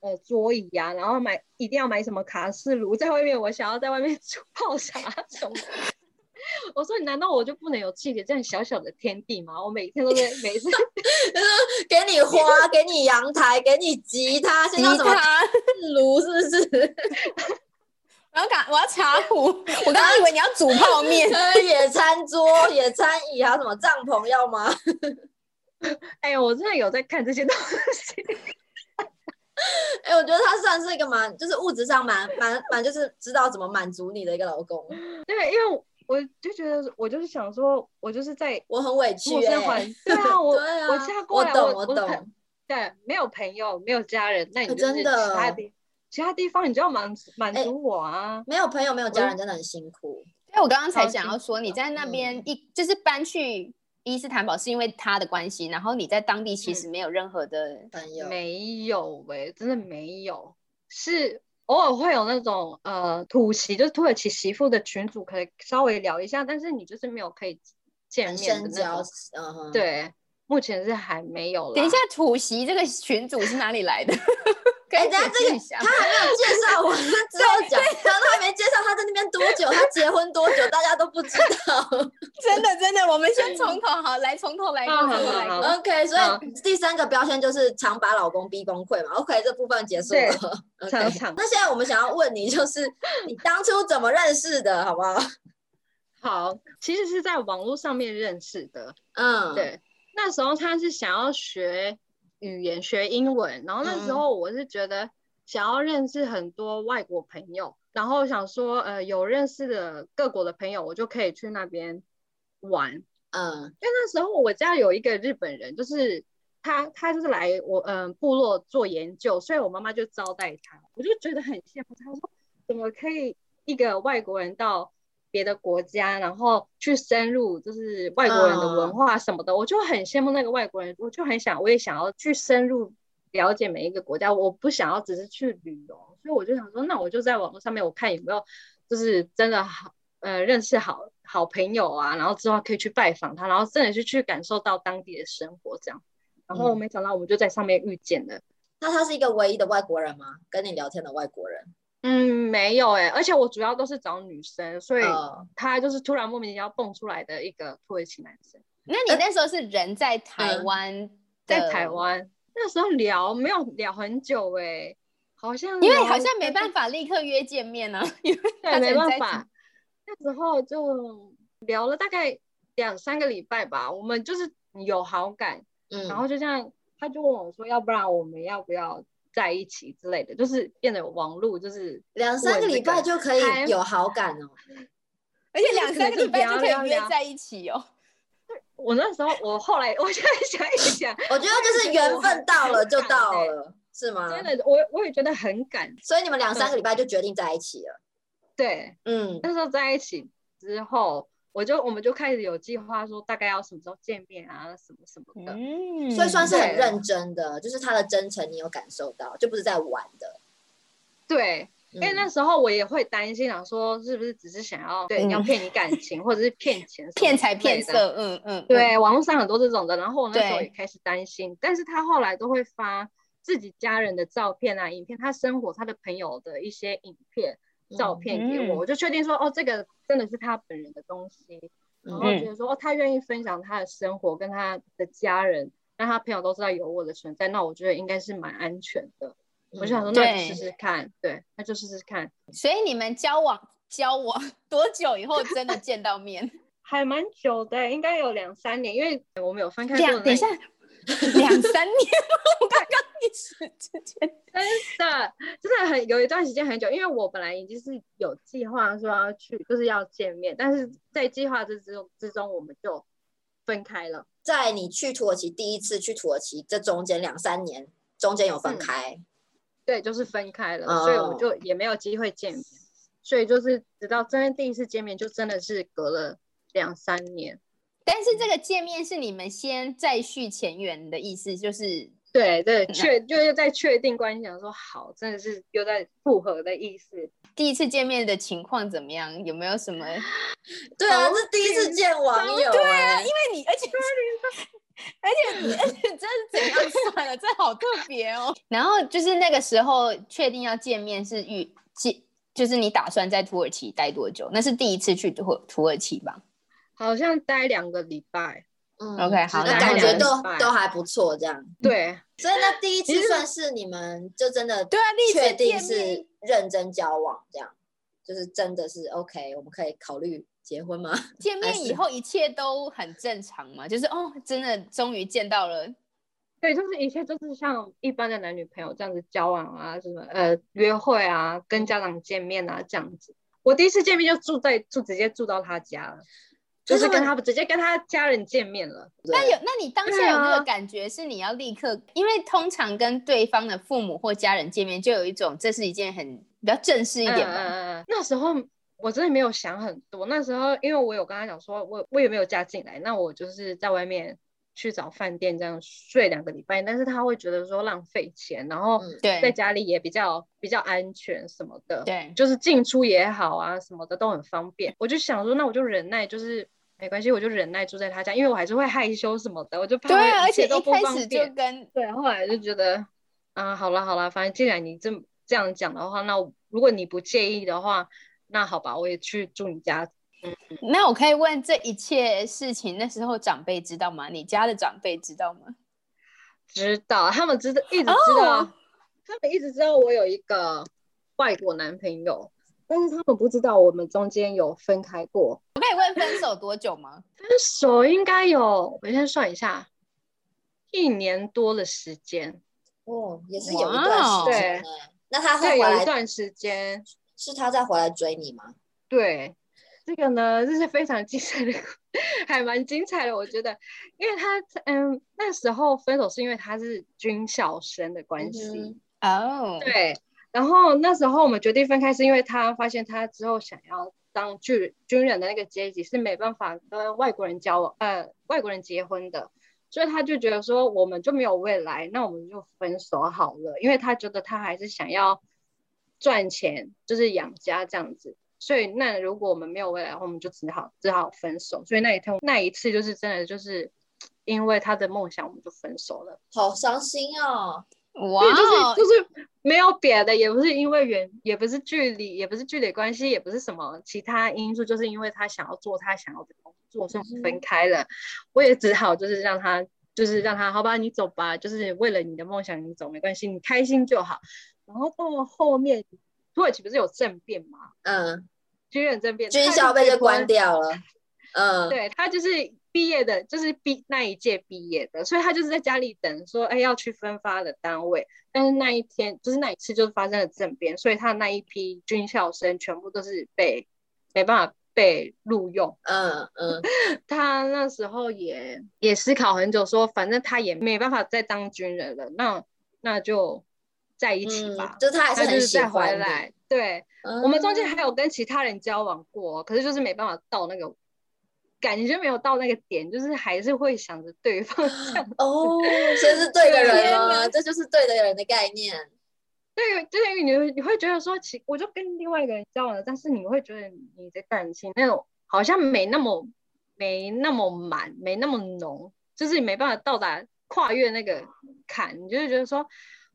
[SPEAKER 2] 呃，桌椅呀、然后买一定要买什么卡式炉，在外面我想要在外面 (laughs) 煮泡茶什么的。 (laughs) 我说，难道我就不能有自己的这样小小的天地吗？我每天都在，每次
[SPEAKER 3] 给
[SPEAKER 1] (laughs)
[SPEAKER 3] 你花，给你阳台，给你吉他，现
[SPEAKER 1] 吉
[SPEAKER 3] 在要怎么
[SPEAKER 1] 他，
[SPEAKER 3] 自炉是不是？
[SPEAKER 1] 我要赶，我要茶 (laughs) 壶，我刚刚以为你要煮泡面。
[SPEAKER 3] 野 (laughs) 餐桌、野餐椅，还有什么帐篷要吗？ (laughs)
[SPEAKER 2] 哎、我真的有在看这些东西。 (laughs)
[SPEAKER 3] 哎、我觉得他算是一个蛮，就是物质上蛮蛮蛮，就是知道怎么满足你的一个老公。
[SPEAKER 2] 对，因为我就觉得，我就是想说，我就是在
[SPEAKER 3] 我很委屈、
[SPEAKER 2] 陌生环
[SPEAKER 3] 哎， (laughs)
[SPEAKER 2] 对啊，我
[SPEAKER 3] 对啊，
[SPEAKER 2] 我嫁过来，
[SPEAKER 3] 懂
[SPEAKER 2] 我
[SPEAKER 3] 我
[SPEAKER 2] 我很
[SPEAKER 3] 懂，
[SPEAKER 2] 对，没有朋友，没有家人，那你
[SPEAKER 3] 哎
[SPEAKER 2] 就
[SPEAKER 3] 真
[SPEAKER 2] 是其
[SPEAKER 3] 的
[SPEAKER 2] 他地、其他地方，你就要满足满
[SPEAKER 3] 哎
[SPEAKER 2] 足我啊。
[SPEAKER 3] 没有朋友，没有家人，真的很辛苦。
[SPEAKER 1] (laughs) 因为我刚刚才
[SPEAKER 2] 超
[SPEAKER 1] 想
[SPEAKER 2] 辛
[SPEAKER 1] 要
[SPEAKER 2] 苦
[SPEAKER 1] 说，你
[SPEAKER 2] 的
[SPEAKER 1] 在那边
[SPEAKER 3] 嗯
[SPEAKER 1] 一、就是搬去伊斯坦堡是因为他的关系，然后你在当地其实没有任何的，
[SPEAKER 3] 朋友，
[SPEAKER 2] 没有喂、真的没有，是偶尔会有那种呃土媳，就是土耳其媳妇的群主，可以稍微聊一下，但是你就是没有可以见
[SPEAKER 3] 很
[SPEAKER 2] 面的
[SPEAKER 3] 深
[SPEAKER 2] 那
[SPEAKER 3] 交
[SPEAKER 2] 种。，
[SPEAKER 3] 嗯哼，，
[SPEAKER 2] 对，目前是还没有啦。
[SPEAKER 1] 等一下土席这个群主是哪里来 (laughs) 的？可
[SPEAKER 3] 哎
[SPEAKER 1] 以
[SPEAKER 3] 等下
[SPEAKER 1] 解
[SPEAKER 3] 这
[SPEAKER 1] 释
[SPEAKER 3] 个
[SPEAKER 1] 一下
[SPEAKER 3] 他。还没有介绍
[SPEAKER 2] (laughs)
[SPEAKER 3] 完，他之后讲，然后他还没介绍他在那边多久，他结婚多久，大家都不知
[SPEAKER 2] (laughs)
[SPEAKER 3] 道。
[SPEAKER 1] (laughs) 真的真的，我们先从头好，来从头来过，
[SPEAKER 2] 好
[SPEAKER 1] 从
[SPEAKER 2] 好
[SPEAKER 1] 头来
[SPEAKER 2] 好
[SPEAKER 1] 过。
[SPEAKER 3] OK，所
[SPEAKER 2] 好
[SPEAKER 3] 以第三个标签就是常把老公逼崩溃嘛。OK，这部分结束
[SPEAKER 2] 对
[SPEAKER 3] 了。
[SPEAKER 2] 常
[SPEAKER 3] OK，
[SPEAKER 2] 常
[SPEAKER 3] 那现在我们想要问你，就是你当初怎么认识的，好不好？
[SPEAKER 2] 好，其实是在网络上面认识的，
[SPEAKER 3] (laughs) 嗯，，
[SPEAKER 2] 对，那时候他是想要学语言，学英文，然后那时
[SPEAKER 3] 嗯
[SPEAKER 2] 候我是觉得想要认识很多外国朋友，然后想说，呃，有认识的各国的朋友，我就可以去那边玩。
[SPEAKER 3] 嗯
[SPEAKER 2] 因为那时候我家有一个日本人，就是他，他就是来我嗯、部落做研究，所以我妈妈就招待他，我就觉得很羡慕他，我说怎么可以一个外国人到别的国家，然后去深入就是外国人的文化什么的，我就很羡慕那个外国人，我就很想我也想要去深入了解每一个国家，我不想要只是去旅游，所以我就想说，那我就在网络上面我看有没有就是真的好呃认识好好朋友啊，然后之后可以去拜访他，然后真的是去感受到当地的生活这样。然
[SPEAKER 1] 嗯
[SPEAKER 2] 后没想到我们就在上面遇见了。
[SPEAKER 3] 那他是一个唯一的外国人吗？跟你聊天的外国人？
[SPEAKER 2] 嗯，没有哎、而且我主要都是找女生，所以
[SPEAKER 1] 嗯
[SPEAKER 3] 哦
[SPEAKER 2] 他就是突然莫名其妙蹦出来的一个土耳其男生，
[SPEAKER 1] 那你那时候是人在台
[SPEAKER 3] 嗯
[SPEAKER 1] 湾，
[SPEAKER 2] 在台，湾那时候聊没有聊很久哎、好像
[SPEAKER 1] 因为
[SPEAKER 2] 聊
[SPEAKER 1] 好像没办法立刻约见面呢、啊，因为
[SPEAKER 2] 对
[SPEAKER 1] 他
[SPEAKER 2] 没
[SPEAKER 1] 人在
[SPEAKER 2] 办法，那时候就聊了大概两三个礼拜吧，我们就是有好感，
[SPEAKER 3] 嗯，
[SPEAKER 2] 然后就这样，他就问我说，要不然我们要不要在一起之类的，就是变得网络就是
[SPEAKER 3] 两三个礼拜就可
[SPEAKER 2] 还
[SPEAKER 3] 以有好感哦。
[SPEAKER 1] 而且两三个礼拜就可 (laughs)
[SPEAKER 2] 可能就
[SPEAKER 1] 以
[SPEAKER 2] 比较
[SPEAKER 1] 约
[SPEAKER 2] 聊
[SPEAKER 1] 在一起哦。
[SPEAKER 2] 我那时候，我后来我现在想一想，
[SPEAKER 3] 我觉得
[SPEAKER 2] (laughs)
[SPEAKER 3] 就是缘分到了就到了，是吗？
[SPEAKER 2] 欸
[SPEAKER 1] 嗯
[SPEAKER 2] 真的，我我也觉得很感
[SPEAKER 3] 所以你们两三个礼拜就决定在一起了。
[SPEAKER 2] 对。
[SPEAKER 3] 嗯，
[SPEAKER 2] 那时候在一起之后，我就我们就开始有计划说大概要什么时候见面啊，什么什么的。
[SPEAKER 1] 嗯，
[SPEAKER 3] 所以算是很
[SPEAKER 2] 对
[SPEAKER 3] 认真的，就是他的真诚你有感受到，就不是在玩的。
[SPEAKER 2] 对，
[SPEAKER 3] 嗯
[SPEAKER 2] 因为哎那时候我也会担心，想说是不是只是想要对、
[SPEAKER 1] 嗯
[SPEAKER 2] 要骗你感情，或者是骗钱什么
[SPEAKER 1] 骗财
[SPEAKER 2] 之类
[SPEAKER 1] 骗
[SPEAKER 2] 的。
[SPEAKER 1] 色，嗯嗯，嗯，
[SPEAKER 2] 对，网络上很多这种的，然后我那时候
[SPEAKER 1] 对
[SPEAKER 2] 也开始担心，但是他后来都会发自己家人的照片啊、影片，他生活、他的朋友的一些影片、照片给我，
[SPEAKER 1] 嗯
[SPEAKER 2] 我就确定说，哦，这个真的是他本人的东西，然后
[SPEAKER 1] 嗯
[SPEAKER 2] 觉得说，哦，他愿意分享他的生活跟他的家人，让他朋友都知道有我的存在，那我觉得应该是蛮安全的。
[SPEAKER 3] 嗯
[SPEAKER 2] 我就想
[SPEAKER 1] 嗯
[SPEAKER 2] 说，
[SPEAKER 1] 对
[SPEAKER 2] 那就试试看，对，那就试试看，
[SPEAKER 1] 所以你们交往交往多久以后真的见到
[SPEAKER 2] (laughs)
[SPEAKER 1] 面？
[SPEAKER 2] 还蛮久的，应该有两三年，因为我们有分开过的那
[SPEAKER 1] 两等一下，两三年 (laughs) 吗？我刚刚一时之间，
[SPEAKER 2] 真的真的很有一段时间很久，因为我本来已经是有计划说要去，就是要见面，但是在计划之之中之中我们就分开了。
[SPEAKER 3] 在你去土耳其第一次去土耳其这中间两三年中间有
[SPEAKER 2] 嗯
[SPEAKER 3] 分开，
[SPEAKER 2] 对，就是分开了，
[SPEAKER 3] 哦
[SPEAKER 2] 所以我就也没有机会见面，所以就是直到真的第一次见面，就真的是隔了两三年。
[SPEAKER 1] 但是这个见面是你们先再续前缘的意思，就是
[SPEAKER 2] 对对，确嗯就是在确定关系，想说好，真的是又在复合的意思。
[SPEAKER 1] 第一次见面的情况怎么样？有没有什么？
[SPEAKER 3] 对啊，
[SPEAKER 2] 好
[SPEAKER 3] 这第一次见网友、
[SPEAKER 1] 对
[SPEAKER 3] 哎
[SPEAKER 1] 啊，因为你而且 (laughs) 而且你而且这是怎样算了？这好特别哦。 (laughs) 然后就是那个时候确定要见面是预计，就是你打算在土耳其待多久？那是第一次去土土耳其吧？
[SPEAKER 2] 好像待两个礼拜，
[SPEAKER 3] 嗯
[SPEAKER 1] OK，好
[SPEAKER 3] 那
[SPEAKER 2] 那
[SPEAKER 3] 感觉
[SPEAKER 2] 两个
[SPEAKER 3] 都
[SPEAKER 2] 礼拜
[SPEAKER 3] 都还不错，这样。
[SPEAKER 2] 对，
[SPEAKER 3] 所以那第一
[SPEAKER 2] 其
[SPEAKER 3] 次
[SPEAKER 2] 实
[SPEAKER 3] 算是你们就真的
[SPEAKER 1] 对啊，第一
[SPEAKER 3] 确
[SPEAKER 1] 次
[SPEAKER 3] 定
[SPEAKER 1] 见面
[SPEAKER 3] 是认真交往，这样就是真的是 OK，我们可以考虑结婚吗？ (laughs)
[SPEAKER 1] 见
[SPEAKER 3] 还
[SPEAKER 1] 面以
[SPEAKER 3] 是
[SPEAKER 1] 后一切都很正常嘛，就是哦，真的终于见到了，
[SPEAKER 2] 对，就是一切就是像一般的男女朋友这样子交往啊，什么呃约会啊，跟家长见面啊这样子。我第一次见面就住在就直接住到他家了，就
[SPEAKER 3] 就是是
[SPEAKER 2] 跟
[SPEAKER 3] 他
[SPEAKER 2] 他直接跟他家人见面了。
[SPEAKER 1] 那有，那你当
[SPEAKER 2] 对
[SPEAKER 1] 下有那
[SPEAKER 2] 啊
[SPEAKER 1] 个感觉是你要立刻，因为通常跟对方的父母或家人见面，就有一种这是一件很比较正式一点
[SPEAKER 2] 嗯
[SPEAKER 1] 吧。
[SPEAKER 2] 嗯嗯嗯那时候我真的没有想很多，那时候因为我有跟他讲说，我我也没有加进来，那我就是在外面去找饭店这样睡两个礼拜，但是他会觉得说浪费钱，然后
[SPEAKER 3] 嗯
[SPEAKER 1] 对
[SPEAKER 2] 在家里也比较比较安全什么的。
[SPEAKER 1] 对，
[SPEAKER 2] 就是进出也好啊，什么的都很方便。我就想说，那我就忍耐，就是没关系，我就忍耐住在他家，因为我还是会害羞什么的，我就怕
[SPEAKER 1] 对啊，
[SPEAKER 2] 我
[SPEAKER 1] 而
[SPEAKER 2] 一切
[SPEAKER 1] 且
[SPEAKER 2] 都
[SPEAKER 1] 一
[SPEAKER 2] 不
[SPEAKER 1] 开
[SPEAKER 2] 方
[SPEAKER 1] 始就
[SPEAKER 2] 便。
[SPEAKER 1] 跟
[SPEAKER 2] 对，后来就觉得，啊，好了好了，反正既然你这么这样讲的话，那我如果你不介意的话，那好吧，我也去住你家。
[SPEAKER 1] 那我可以问这一切事情，那时候长辈知道吗？你家的长辈知道吗？
[SPEAKER 2] 知道，他们知道，一直知道
[SPEAKER 1] 哦
[SPEAKER 2] 他们一直知道我有一个外国男朋友，但是他们不知道我们中间有分开过。
[SPEAKER 1] 我可以问分手多久吗？
[SPEAKER 2] 分手应该有，我先算一下，一年多的时间，
[SPEAKER 3] 哦，也是有一段时
[SPEAKER 2] 哇
[SPEAKER 3] 间、欸。那他会
[SPEAKER 2] 对，
[SPEAKER 3] 回
[SPEAKER 2] 有一
[SPEAKER 3] 来，
[SPEAKER 2] 段时间，
[SPEAKER 3] 是他再回来追你吗？
[SPEAKER 2] 对。这个呢，这是非常精彩的， (laughs) 还蛮精彩的，我觉得，因为他，嗯，那时候分手是因为他是军校生的关系，
[SPEAKER 1] (laughs)
[SPEAKER 3] 嗯
[SPEAKER 1] 哦，
[SPEAKER 2] 对。然后那时候我们决定分开，是因为他发现他之后想要当军军人的那个阶级是没办法跟外国人交往，呃，外国人结婚的，所以他就觉得说我们就没有未来，那我们就分手好了，因为他觉得他还是想要赚钱，就是养家这样子。所以那如果我们没有未来的话，我们就只好只好分手。所以那一天那一次就是真的就是因为他的梦想，我们就分手了。
[SPEAKER 3] 好伤心哦。
[SPEAKER 1] 哇
[SPEAKER 2] 对，就是
[SPEAKER 1] 哦，
[SPEAKER 2] 就是没有别的，也不是因为远，也不是距离，也不是距离关系，也不是什么其他因素，就是因为他想要做他想要的工作，所以我们
[SPEAKER 3] 嗯
[SPEAKER 2] 分开了。我也只好就是让他，就是让他，好吧，你走吧，就是为了你的梦想，你走没关系，你开心就好。然后到后面，土耳其不是有政变嘛，
[SPEAKER 3] 嗯，
[SPEAKER 2] 军人政变，
[SPEAKER 3] 军
[SPEAKER 2] 他
[SPEAKER 3] 校被就
[SPEAKER 2] 被
[SPEAKER 3] 关掉了。嗯，
[SPEAKER 2] 对他就是毕业的，就是毕那一届毕业的，所以他就是在家里等说，哎，要去分发的单位。但是那一天，就是那一次，就是发生了政变，所以他那一批军校生全部都是被没办法被录用。
[SPEAKER 3] 嗯嗯，
[SPEAKER 2] 他那时候也也思考很久说，反正他也没办法再当军人了，那那就在一起吧
[SPEAKER 3] 嗯。就他还
[SPEAKER 2] 他
[SPEAKER 3] 是
[SPEAKER 2] 就
[SPEAKER 3] 很
[SPEAKER 2] 是
[SPEAKER 3] 喜
[SPEAKER 2] 再回
[SPEAKER 3] 欢你。
[SPEAKER 2] 来，对，
[SPEAKER 3] 嗯
[SPEAKER 2] 我们中间还有跟其他人交往过，可是就是没办法到那个感觉，没有到那个点，就是还是会想着对方这样。
[SPEAKER 3] 哦，所以是对的
[SPEAKER 2] 天
[SPEAKER 3] 人
[SPEAKER 2] 哪
[SPEAKER 3] 了，这就是对的人的概念。
[SPEAKER 2] 对，就是因为你会你会觉得说，其我就跟另外一个人交往了，但是你会觉得你的感情那种好像没那么没那么满，没那么浓，就是你没办法到达跨越那个坎，你就会觉得说，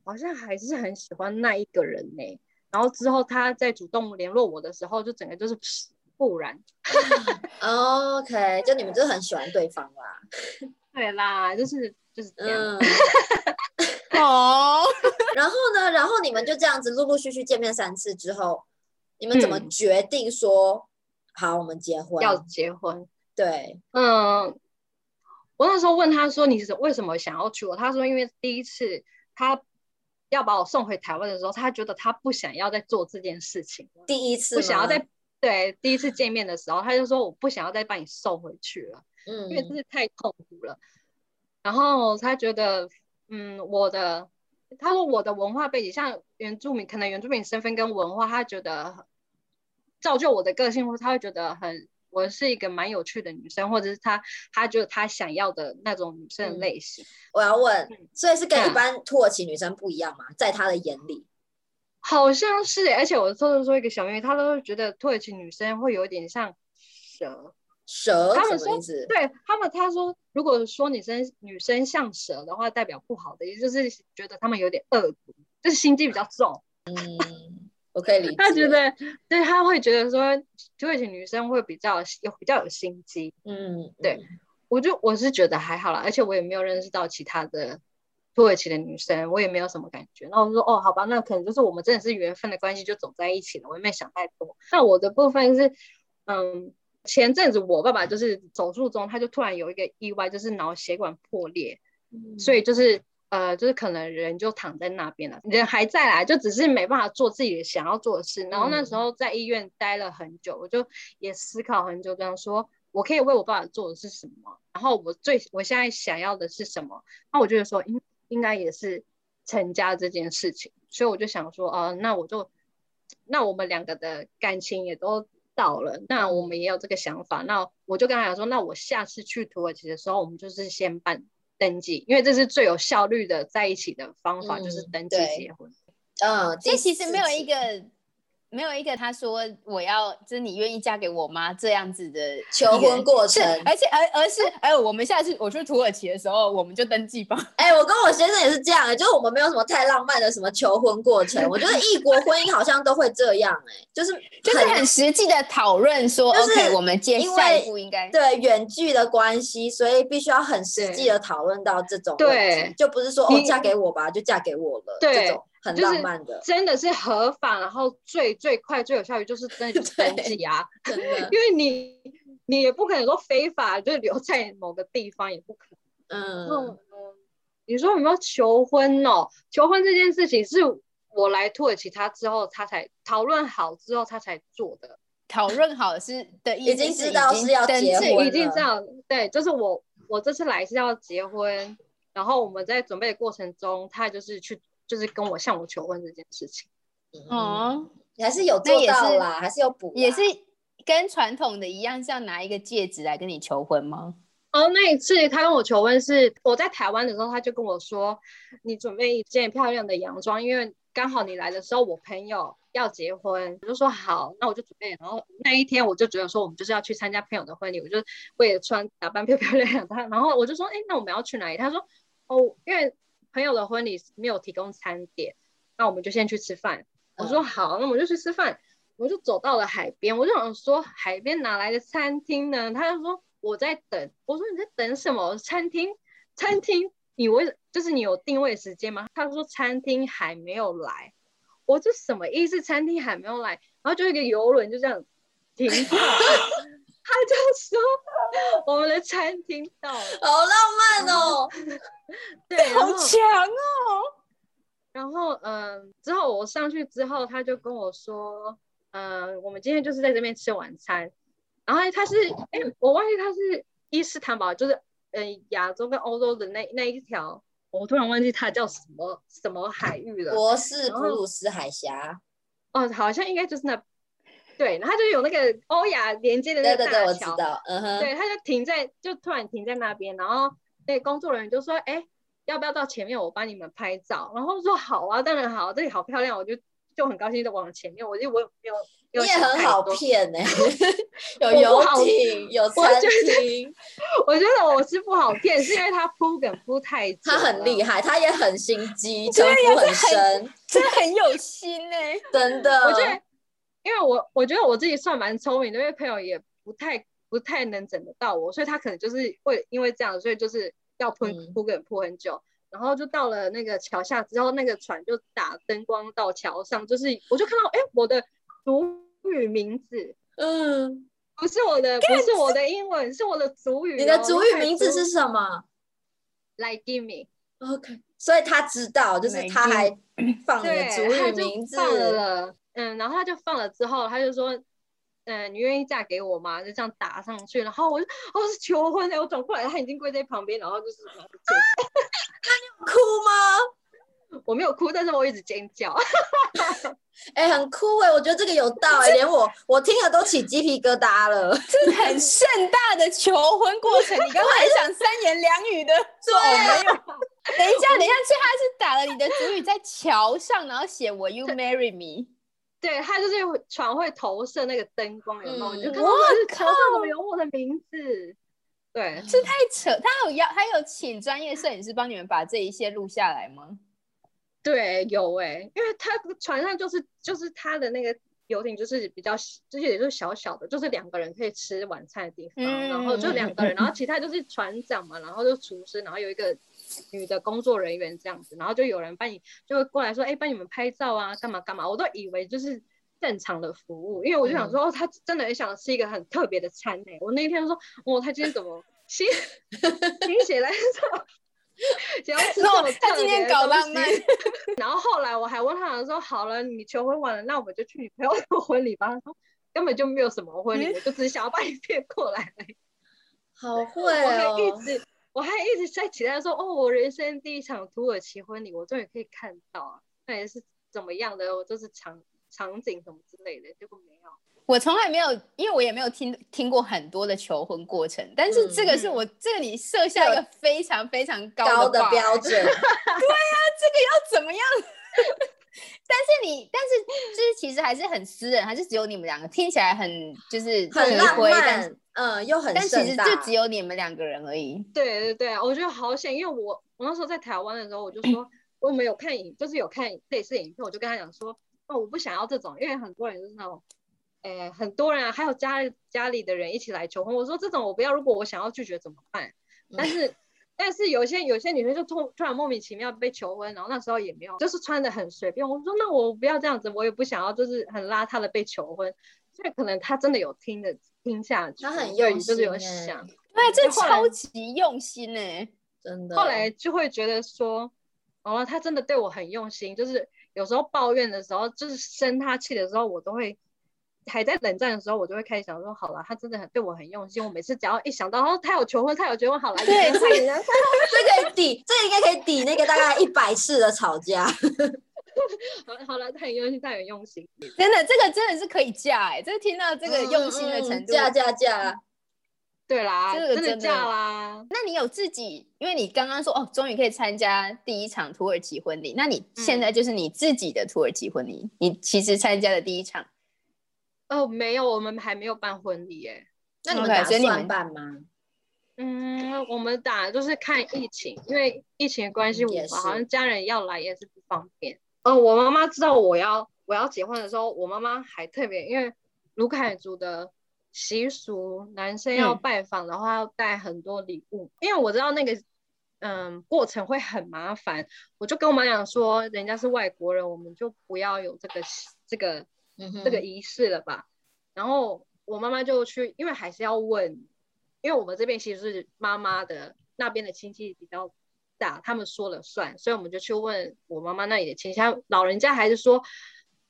[SPEAKER 2] 好像还是很喜欢那一个人呢、然后之后他在主动联络我的时候，就整个就是 (laughs) 不然。
[SPEAKER 3] OK，就你们就是很喜欢对方啦。
[SPEAKER 2] 对啦，就是就是这样。
[SPEAKER 3] 嗯，
[SPEAKER 1] (laughs) 哦，
[SPEAKER 3] (laughs) 然后呢，然后你们就这样子陆陆续续见面三次之后，你们怎么
[SPEAKER 2] 嗯
[SPEAKER 3] 决定说、好我们结婚？
[SPEAKER 2] 要结婚，
[SPEAKER 3] 对，
[SPEAKER 2] 嗯，我那时候问他说你是为什么想要娶我，他说因为第一次他要把我送回台湾的时候，他觉得他不想要再做这件事情了，
[SPEAKER 3] 第一次
[SPEAKER 2] 不想要
[SPEAKER 3] 吗
[SPEAKER 2] 再对第一次见面的时候，他就说我不想要再把你送回去了，因为真
[SPEAKER 3] 嗯
[SPEAKER 2] 是太痛苦了。然后他觉得，嗯，我的，他说我的文化背景，像原住民，可能原住民身份跟文化，他觉得造就我的个性，或他会觉得很，我是一个蛮有趣的女生，或者是他，他就是他想要的那种女生的
[SPEAKER 3] 嗯
[SPEAKER 2] 类型。
[SPEAKER 3] 我要问，所以是跟
[SPEAKER 2] 嗯
[SPEAKER 3] 一般土耳其女生不一样吗？在他的眼里，
[SPEAKER 2] 好像是欸，而且我偷偷说一个小秘密，他都觉得土耳其女生会有点像蛇，
[SPEAKER 3] 蛇
[SPEAKER 2] 他
[SPEAKER 3] 什
[SPEAKER 2] 们
[SPEAKER 3] 么
[SPEAKER 2] 说
[SPEAKER 3] 意思？
[SPEAKER 2] 对他们，他说如果说女生女生像蛇的话，代表不好的，也就是觉得他们有点恶毒，就是心机比较重。
[SPEAKER 3] 嗯，我可以理解。
[SPEAKER 2] (laughs) 他觉，得，对他会觉得说，就会觉得女生会比较有比较有心机。
[SPEAKER 3] 嗯，
[SPEAKER 2] 对我就我是觉得还好啦，而且我也没有认识到其他的土耳其的女生，我也没有什么感觉。那我就说，哦，好吧，那可能就是我们真的是缘分的关系，就走在一起了。我也没想太多。那我的部分是，嗯，前阵子我爸爸就是手术中，他就突然有一个意外，就是脑血管破裂，
[SPEAKER 3] 嗯，
[SPEAKER 2] 所以就是。呃，就是可能人就躺在那边了，人还在啦，就只是没办法做自己想要做的事。然后那时
[SPEAKER 3] 嗯
[SPEAKER 2] 候在医院待了很久，我就也思考很久，这样说，我可以为我爸爸做的是什么，然后我最我现在想要的是什么，那我就觉得说应应该也是成家这件事情，所以我就想说，啊，那我就那我们两个的感情也都到了，那
[SPEAKER 3] 嗯
[SPEAKER 2] 我们也有这个想法，那我就跟他讲说，那我下次去土耳其的时候，我们就是先办登记，因为这是最有效率的在一起的方法，就是
[SPEAKER 3] 嗯
[SPEAKER 2] 登记
[SPEAKER 3] 对
[SPEAKER 2] 结婚。
[SPEAKER 3] 嗯，
[SPEAKER 1] 所以
[SPEAKER 3] 第
[SPEAKER 1] 其实
[SPEAKER 3] 四
[SPEAKER 1] 没有
[SPEAKER 3] 次
[SPEAKER 1] 一个。没有一个他说我要，就是你愿意嫁给我吗？这样子的
[SPEAKER 3] 求婚过
[SPEAKER 1] 是
[SPEAKER 3] 程。，
[SPEAKER 1] 而且而而是，哎，我们下次我去土耳其的时候，我们就登记吧。
[SPEAKER 3] 哎、我跟我先生也是这样、就是我们没有什么太浪漫的什么求婚过程。我觉得异国婚姻好像都会这样、哎，就是
[SPEAKER 1] 就是很实际的讨论说、
[SPEAKER 3] 就是
[SPEAKER 1] o k 我们接
[SPEAKER 3] 因为
[SPEAKER 1] 下一步应该
[SPEAKER 3] 对远距的关系，所以必须要很实际的讨论到这种问题
[SPEAKER 2] 对
[SPEAKER 3] 就不是说哦
[SPEAKER 2] 你
[SPEAKER 3] 嫁给我吧，就嫁给我了，
[SPEAKER 2] 对
[SPEAKER 3] 这种很
[SPEAKER 2] 就是
[SPEAKER 3] 浪漫的，
[SPEAKER 2] 真的是合法，然后最最快最有效率就是真的就是登
[SPEAKER 3] 对
[SPEAKER 2] 记啊，(laughs)
[SPEAKER 3] 真的，
[SPEAKER 2] 因为你你也不可能说非法就留在某个地方，也不可能。嗯，
[SPEAKER 3] 嗯，
[SPEAKER 2] 你说有没有求婚哦？求婚这件事情是我来土耳其他之后，他才讨论好之后他才做的，
[SPEAKER 1] 讨论好是的意思，
[SPEAKER 3] 已经知道
[SPEAKER 1] 是
[SPEAKER 3] 是要
[SPEAKER 1] 登
[SPEAKER 3] 结
[SPEAKER 1] 记
[SPEAKER 3] 婚
[SPEAKER 2] 已经
[SPEAKER 3] 了
[SPEAKER 2] 这样。对，就是我我这次来是要结婚，然后我们在准备的过程中，他就是去就是跟我向我求婚这件事情。
[SPEAKER 3] 嗯，
[SPEAKER 1] 哦，
[SPEAKER 3] 还是有
[SPEAKER 1] 那
[SPEAKER 3] 做
[SPEAKER 1] 也
[SPEAKER 3] 到
[SPEAKER 1] 是
[SPEAKER 3] 啦，还是有补啦，
[SPEAKER 1] 也是跟传统的一样，是要拿一个戒指来跟你求婚吗？
[SPEAKER 2] 哦，那一次他跟我求婚是我在台湾的时候，他就跟我说，你准备一件漂亮的洋装，因为刚好你来的时候我朋友要结婚，我就说好，那我就准备。然后那一天我就觉得说，我们就是要去参加朋友的婚礼，我就为了穿打扮漂漂亮亮的。然后我就说，哎，那我们要去哪里？他说，哦，因为朋友的婚礼没有提供餐点，那我们就先去吃饭。我说好，那我们就去吃饭。我就走到了海边，我就想说海边哪来的餐厅呢？他就说我在等，我说你在等什么？餐厅，餐厅，你为就是你有定位时间吗？他说餐厅还没有来，我这什么意思？餐厅还没有来，然后就一个游轮就这样停靠， (laughs) 他就说我们的餐厅到了，
[SPEAKER 3] 好浪漫哦！
[SPEAKER 2] (laughs) 嗯对，然
[SPEAKER 1] 好
[SPEAKER 2] 后
[SPEAKER 1] 强哦！
[SPEAKER 2] 然后嗯，之后我上去之后，他就跟我说，嗯，我们今天就是在这边吃晚餐。然后他是，哎，我忘记他是伊斯坦堡，就是嗯亚洲跟欧洲的那那一条，我突然忘记它叫什么什么海域了。
[SPEAKER 3] 博士
[SPEAKER 2] 然
[SPEAKER 3] 普
[SPEAKER 2] 后
[SPEAKER 3] 鲁斯海峡，
[SPEAKER 2] 哦，好像应该就是那，对，然后它就有那个欧亚连接的那个
[SPEAKER 3] 对对
[SPEAKER 2] 大
[SPEAKER 3] 对，我知
[SPEAKER 2] 桥。
[SPEAKER 3] 道，嗯哼，
[SPEAKER 2] 对，他就停在，就突然停在那边，然后那工作人员就说：“哎，要不要到前面，我帮你们拍照？”然后我说：“好啊，当然好，这里好漂亮。”我就就很高兴的往前面，我就我也没有没有
[SPEAKER 3] 你也
[SPEAKER 2] 想
[SPEAKER 3] 很
[SPEAKER 2] 太
[SPEAKER 3] 好
[SPEAKER 2] 多
[SPEAKER 3] 骗
[SPEAKER 2] (laughs)
[SPEAKER 3] 呢，有
[SPEAKER 2] 我
[SPEAKER 3] 游
[SPEAKER 2] 不好
[SPEAKER 3] 艇，有
[SPEAKER 2] 我
[SPEAKER 3] 餐
[SPEAKER 2] 觉得 (laughs)
[SPEAKER 3] 厅，
[SPEAKER 2] 我觉得我是不好骗，是因为他铺梗铺太久，
[SPEAKER 3] 他很厉
[SPEAKER 2] 害。
[SPEAKER 3] 害，他也很心机，城府很深，
[SPEAKER 1] (laughs) 真的很有心哎、
[SPEAKER 3] 真的。
[SPEAKER 2] 我觉得，因为我我觉得我自己算蛮聪明的，因为朋友也不太不太能整得到我，所以他可能就是会因为这样，所以就是要铺
[SPEAKER 3] 嗯
[SPEAKER 2] 铺梗铺很久。然后就到了那个桥下之后，那个船就打灯光到桥上，就是我就看到，哎，我的族语名字
[SPEAKER 3] 嗯，
[SPEAKER 2] 不是我的，不是我的英文，是我的族语哦。
[SPEAKER 3] 你的主
[SPEAKER 2] 然后
[SPEAKER 3] 语
[SPEAKER 2] 还
[SPEAKER 3] 名字
[SPEAKER 2] 族
[SPEAKER 3] 是什么
[SPEAKER 2] Like Gimme，
[SPEAKER 3] ？OK，所以他知道，就是
[SPEAKER 1] 没
[SPEAKER 3] 他还 (clears throat) 放你
[SPEAKER 2] 对，
[SPEAKER 3] 的主
[SPEAKER 2] 他
[SPEAKER 3] 语
[SPEAKER 2] 就
[SPEAKER 3] 名字，
[SPEAKER 2] 放了，嗯，然后他就放了之后，他就说，嗯，你愿意嫁给我吗？就这样打上去，然后我就，哦，是求婚的，我转过来，他已经跪在旁边，然后就是 (laughs) 然后就尖
[SPEAKER 3] 酷吗？
[SPEAKER 2] 我没有哭，但是我一直尖叫， (laughs)
[SPEAKER 3] 哎、很酷哎、我觉得这个有道哎、连我我听了都起鸡皮疙瘩了。
[SPEAKER 2] (laughs)
[SPEAKER 1] 这很盛大的求婚过程，你刚才还想三言两语
[SPEAKER 2] (laughs)
[SPEAKER 1] 的
[SPEAKER 2] 啊
[SPEAKER 1] 说我
[SPEAKER 3] 哦
[SPEAKER 1] 没有。等一下，等一下，所以他是打了你的主语在桥上，然后写 “Will you marry me”。
[SPEAKER 2] 对，他就是会船会投射那个灯光，有没有？
[SPEAKER 3] 嗯
[SPEAKER 2] 你就看到
[SPEAKER 1] 哇
[SPEAKER 2] 就是
[SPEAKER 1] 靠
[SPEAKER 2] 桥上怎么有我的名字，对，
[SPEAKER 1] 这太扯！他有要，他有请专业摄影师帮你们把这一切录下来吗？
[SPEAKER 2] 对，有哎、因为他船上就是就是他的那个游艇，就是比较小就是也就是小小的，就是两个人可以吃晚餐的地方，然后就两个人，然后其他就是船长嘛，然后就厨师，然后有一个女的工作人员这样子，然后就有人帮你就会过来说，哎、帮你们拍照啊，干嘛干嘛，我都以为就是。正常的服务，因为我就想说，
[SPEAKER 1] 嗯
[SPEAKER 2] 哦，他真的很想吃一个很特别的餐诶、我那一天就说，哦，他今天怎么心 (laughs) 心血来潮，想要吃这么
[SPEAKER 1] No，他
[SPEAKER 2] 特
[SPEAKER 1] 今
[SPEAKER 2] 别
[SPEAKER 1] 天
[SPEAKER 2] 的
[SPEAKER 1] 搞
[SPEAKER 2] 东
[SPEAKER 1] 浪
[SPEAKER 2] 西
[SPEAKER 1] 漫
[SPEAKER 2] 然后后来我还问他说：“好了，你求婚完了，那我们就去你朋友的婚礼吧。”他说：“根本就没有什么婚礼，我就只是想要把你骗过来。
[SPEAKER 3] 好”会
[SPEAKER 2] 我还
[SPEAKER 3] 哦！
[SPEAKER 2] 一直，我还一直在期待说：“哦，我人生第一场土耳其婚礼，我终于可以看到啊，那也是怎么样的，我就是场场景什么之类的。”结果没有。
[SPEAKER 1] 我从来没有，因为我也没有听听过很多的求婚过程，但是这个是我、这个你设下一个非常非常
[SPEAKER 3] 嗯高
[SPEAKER 1] 高
[SPEAKER 3] 的
[SPEAKER 1] 的
[SPEAKER 3] 标
[SPEAKER 1] 标准。
[SPEAKER 2] (laughs)
[SPEAKER 3] 准，
[SPEAKER 1] 这个要怎么样？ (laughs) 但是你，但是就是其实还是很私人，还是只有你们两个，听起来很就是
[SPEAKER 3] 很
[SPEAKER 1] 很
[SPEAKER 3] 浪
[SPEAKER 1] 规但
[SPEAKER 3] 漫
[SPEAKER 1] 是，
[SPEAKER 3] 嗯，又很
[SPEAKER 1] 但其
[SPEAKER 3] 盛
[SPEAKER 1] 实
[SPEAKER 3] 大。
[SPEAKER 1] 就只有你们两个人而已。
[SPEAKER 2] 对对对，我觉得好险，因为我我那时候在台湾的时候，我就说我们有看影，就是有看类似的影片，我就跟他讲说，哦，我不想要这种，因为很多人就是那种，呃，很多人啊，还有家里家里的人一起来求婚，我说这种我不要，如果我想要拒绝怎么办？
[SPEAKER 3] 嗯
[SPEAKER 2] 但是。但是有些有些女生就突突然莫名其妙被求婚，然后那时候也没有，就是穿的很随便。我说那我不要这样子，我也不想要就是很邋遢的被求婚，所以可能他真的有听的听下去，
[SPEAKER 3] 他很
[SPEAKER 2] 所以
[SPEAKER 3] 用
[SPEAKER 2] 就是有
[SPEAKER 3] 心欸
[SPEAKER 2] 想，
[SPEAKER 1] 对，啊这
[SPEAKER 2] 后来
[SPEAKER 1] 超级用心欸呢、
[SPEAKER 3] 真的。
[SPEAKER 2] 后来就会觉得说，哦，他真的对我很用心，就是有时候抱怨的时候，就是生他气的时候，我都会还在冷战的时候，我就会开始想说，好了，他真的很对我很用心。我每次只要一想到，哦，他有求婚，他有结婚，好了，
[SPEAKER 1] 对
[SPEAKER 2] 快点快点 (laughs)
[SPEAKER 3] 这可以抵，这应该可以抵那个大概一百次的吵架。
[SPEAKER 2] 好了 (laughs) 好了，太用心，太有用心。
[SPEAKER 1] 真的，这个真的是可以嫁哎、欸，这听到这个用心的程度，
[SPEAKER 3] 嗯嫁嫁嫁，
[SPEAKER 2] 对啦，
[SPEAKER 1] 这个
[SPEAKER 2] 真
[SPEAKER 1] 真
[SPEAKER 2] 的
[SPEAKER 1] 的
[SPEAKER 2] 嫁啦。
[SPEAKER 1] 那你有自己，因为你刚刚说哦，终于可以参加第一场土耳其婚礼，那你
[SPEAKER 2] 嗯
[SPEAKER 1] 现在就是你自己的土耳其婚礼，你其实参加的第一场，
[SPEAKER 2] 哦，没有，我们还没有办婚礼耶。
[SPEAKER 3] 那你们
[SPEAKER 1] OK，
[SPEAKER 3] 打
[SPEAKER 1] 所以你
[SPEAKER 3] 算
[SPEAKER 1] 们
[SPEAKER 3] 办吗？
[SPEAKER 2] 嗯，我们打就是看疫情，因为疫情的关系，
[SPEAKER 3] 嗯
[SPEAKER 2] 我
[SPEAKER 3] 也
[SPEAKER 2] 们
[SPEAKER 3] 是
[SPEAKER 2] 好像家人要来也是不方便。哦，我妈妈知道我要我要结婚的时候，我妈妈还特别，因为卢凯族的习俗，男生要
[SPEAKER 1] 嗯
[SPEAKER 2] 拜访的话要带很多礼物，因为我知道那个嗯过程会很麻烦，我就跟我妈讲说，人家是外国人，我们就不要有这个习这个
[SPEAKER 3] 嗯哼
[SPEAKER 2] 这个仪式了吧。然后我妈妈就去，因为还是要问，因为我们这边其实是妈妈的那边的亲戚比较大，他们说了算，所以我们就去问我妈妈那里的亲戚，她老人家还是说。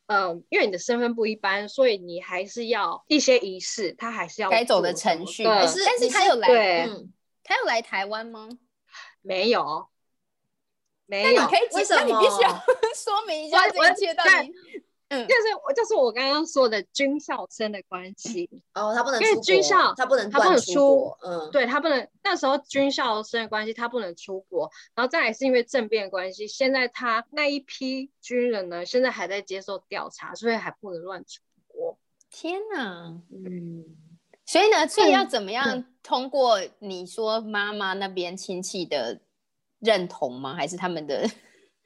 [SPEAKER 2] 嗯，因为你的身份不一般，所以你还是要一些仪式，他还是要
[SPEAKER 1] 该走
[SPEAKER 2] 做
[SPEAKER 1] 的
[SPEAKER 2] 什
[SPEAKER 1] 程
[SPEAKER 2] 么
[SPEAKER 1] 序，
[SPEAKER 2] 对
[SPEAKER 1] 但
[SPEAKER 3] 是
[SPEAKER 1] 是
[SPEAKER 3] 你
[SPEAKER 1] 他
[SPEAKER 3] 是
[SPEAKER 1] 有来，
[SPEAKER 2] 对，
[SPEAKER 3] 嗯，
[SPEAKER 1] 他有来台湾吗？
[SPEAKER 2] 没有，
[SPEAKER 1] 那
[SPEAKER 2] 没
[SPEAKER 1] 你
[SPEAKER 2] 有，
[SPEAKER 1] 可以解，
[SPEAKER 3] 为什
[SPEAKER 1] 那你必须要
[SPEAKER 3] 么
[SPEAKER 1] 说明一下
[SPEAKER 2] 我
[SPEAKER 1] 这一切到底。嗯
[SPEAKER 2] 就，是我就是我刚刚说的军校生的关系，
[SPEAKER 3] 哦，他不能
[SPEAKER 2] 因为
[SPEAKER 3] 出
[SPEAKER 2] 军
[SPEAKER 3] 国
[SPEAKER 2] 校
[SPEAKER 3] 他不能
[SPEAKER 2] 他不
[SPEAKER 3] 断
[SPEAKER 2] 能出
[SPEAKER 3] 国，嗯，
[SPEAKER 2] 对他不能，那时候军校生的关系，他不能出国，然后再来是因为政变的关系，现在他那一批军人呢，现在还在接受调查，所以还不能乱出国。
[SPEAKER 1] 天哪！
[SPEAKER 3] 嗯，
[SPEAKER 1] 所以呢，所以要怎么
[SPEAKER 2] 嗯
[SPEAKER 1] 样通过你说妈妈那边亲戚的认同吗？还是他们的？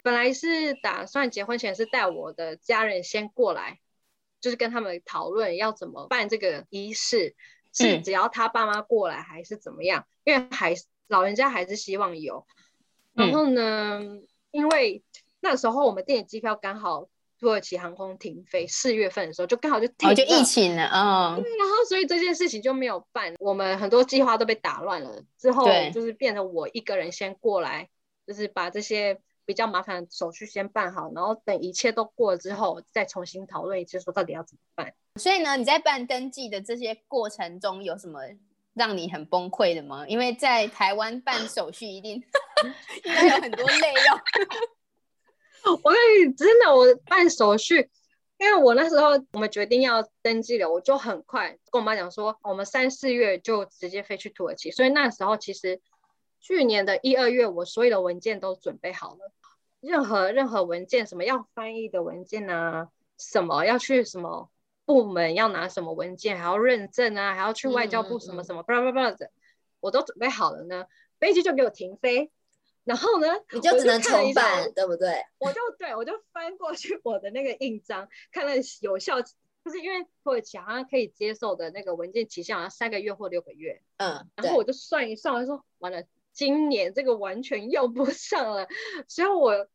[SPEAKER 2] 本来是打算结婚前是带我的家人先过来，就是跟他们讨论要怎么办这个仪式，是
[SPEAKER 1] 嗯
[SPEAKER 2] 只要他爸妈过来还是怎么样？因为还是老人家还是希望有。
[SPEAKER 1] 嗯
[SPEAKER 2] 然后呢，因为那时候我们订的机票刚好土耳其航空停飞，四月份的时候就刚好就
[SPEAKER 1] 哦，
[SPEAKER 2] 停了，
[SPEAKER 1] 就疫情了，嗯，
[SPEAKER 2] 对，然后所以这件事情就没有办，我们很多计划都被打乱了。之后
[SPEAKER 1] 对
[SPEAKER 2] 就是变成我一个人先过来，就是把这些比较麻烦的手续先办好，然后等一切都过了之后，再重新讨论一次，说到底要怎么办。
[SPEAKER 1] 所以呢，你在办登记的这些过程中，有什么让你很崩溃的吗？因为在台湾办手续，一定 (laughs) 应该有很多累要。
[SPEAKER 2] (laughs) 我跟你真的，我办手续。因为我那时候我们决定要登记了，我就很快跟我妈讲说，我们三四月就直接飞去土耳其，所以那时候其实去年的一二月，我所有的文件都准备好了。任何任何文件，什么要翻译的文件啊，什么要去什么部门要拿什么文件，还要认证啊，还要去外交
[SPEAKER 3] 嗯
[SPEAKER 2] 部
[SPEAKER 3] 嗯
[SPEAKER 2] 什么
[SPEAKER 3] 嗯
[SPEAKER 2] 什么，巴拉巴拉巴拉的，我都准备好了呢。飞机就给我停飞，然后呢，
[SPEAKER 3] 你就
[SPEAKER 2] 我
[SPEAKER 3] 只能
[SPEAKER 2] 看了一下
[SPEAKER 3] 重办，对不对？
[SPEAKER 2] 我就对我就翻过去我的那个印章，看了有效，就是因为土耳其好像可以接受的那个文件期限好像三个月或六个月，
[SPEAKER 3] 嗯，
[SPEAKER 2] 然
[SPEAKER 3] 对
[SPEAKER 2] 后，我就算一算，我就说完了，今年这个完全用不上了，所以我。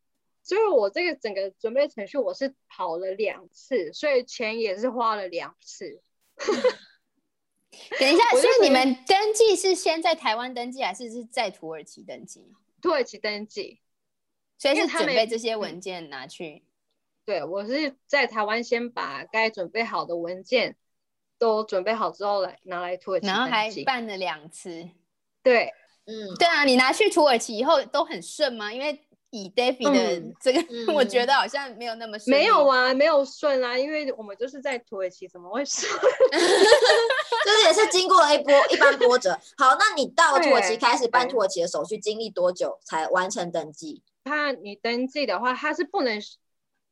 [SPEAKER 2] 所以我这个整个准备程序我是跑了两次，所以钱也是花了两次。
[SPEAKER 1] (laughs) 等一下，
[SPEAKER 2] 我
[SPEAKER 1] 所
[SPEAKER 2] 就觉得
[SPEAKER 1] 以你们登记是先在台湾登记，还是是在土耳其登记？
[SPEAKER 2] 土耳其登记，
[SPEAKER 1] 所以
[SPEAKER 2] 因
[SPEAKER 1] 是
[SPEAKER 2] 为他
[SPEAKER 1] 准
[SPEAKER 2] 们
[SPEAKER 1] 备这些文件拿去。
[SPEAKER 2] 对我是在台湾先把该准备好的文件都准备好之后来拿来土耳其
[SPEAKER 1] 然后还
[SPEAKER 2] 登记。
[SPEAKER 1] 办了两次。
[SPEAKER 2] 对，
[SPEAKER 3] 嗯，
[SPEAKER 1] 对啊，你拿去土耳其以后都很顺吗？因为以 David 的
[SPEAKER 2] 嗯
[SPEAKER 1] 这个，
[SPEAKER 3] 嗯
[SPEAKER 1] (laughs) 我觉得好像没有那么顺利。
[SPEAKER 2] 没有啊，没有顺啊，因为我们就是在土耳其，怎么会 (laughs) 顺？
[SPEAKER 3] 就是也是经过了一波一般
[SPEAKER 2] (laughs)
[SPEAKER 3] 波折。好，那你到土耳其
[SPEAKER 2] 对
[SPEAKER 3] 开始办
[SPEAKER 2] 对
[SPEAKER 3] 土耳其的手续，经历多久才完成登记？
[SPEAKER 2] 他你登记的话，他是不能，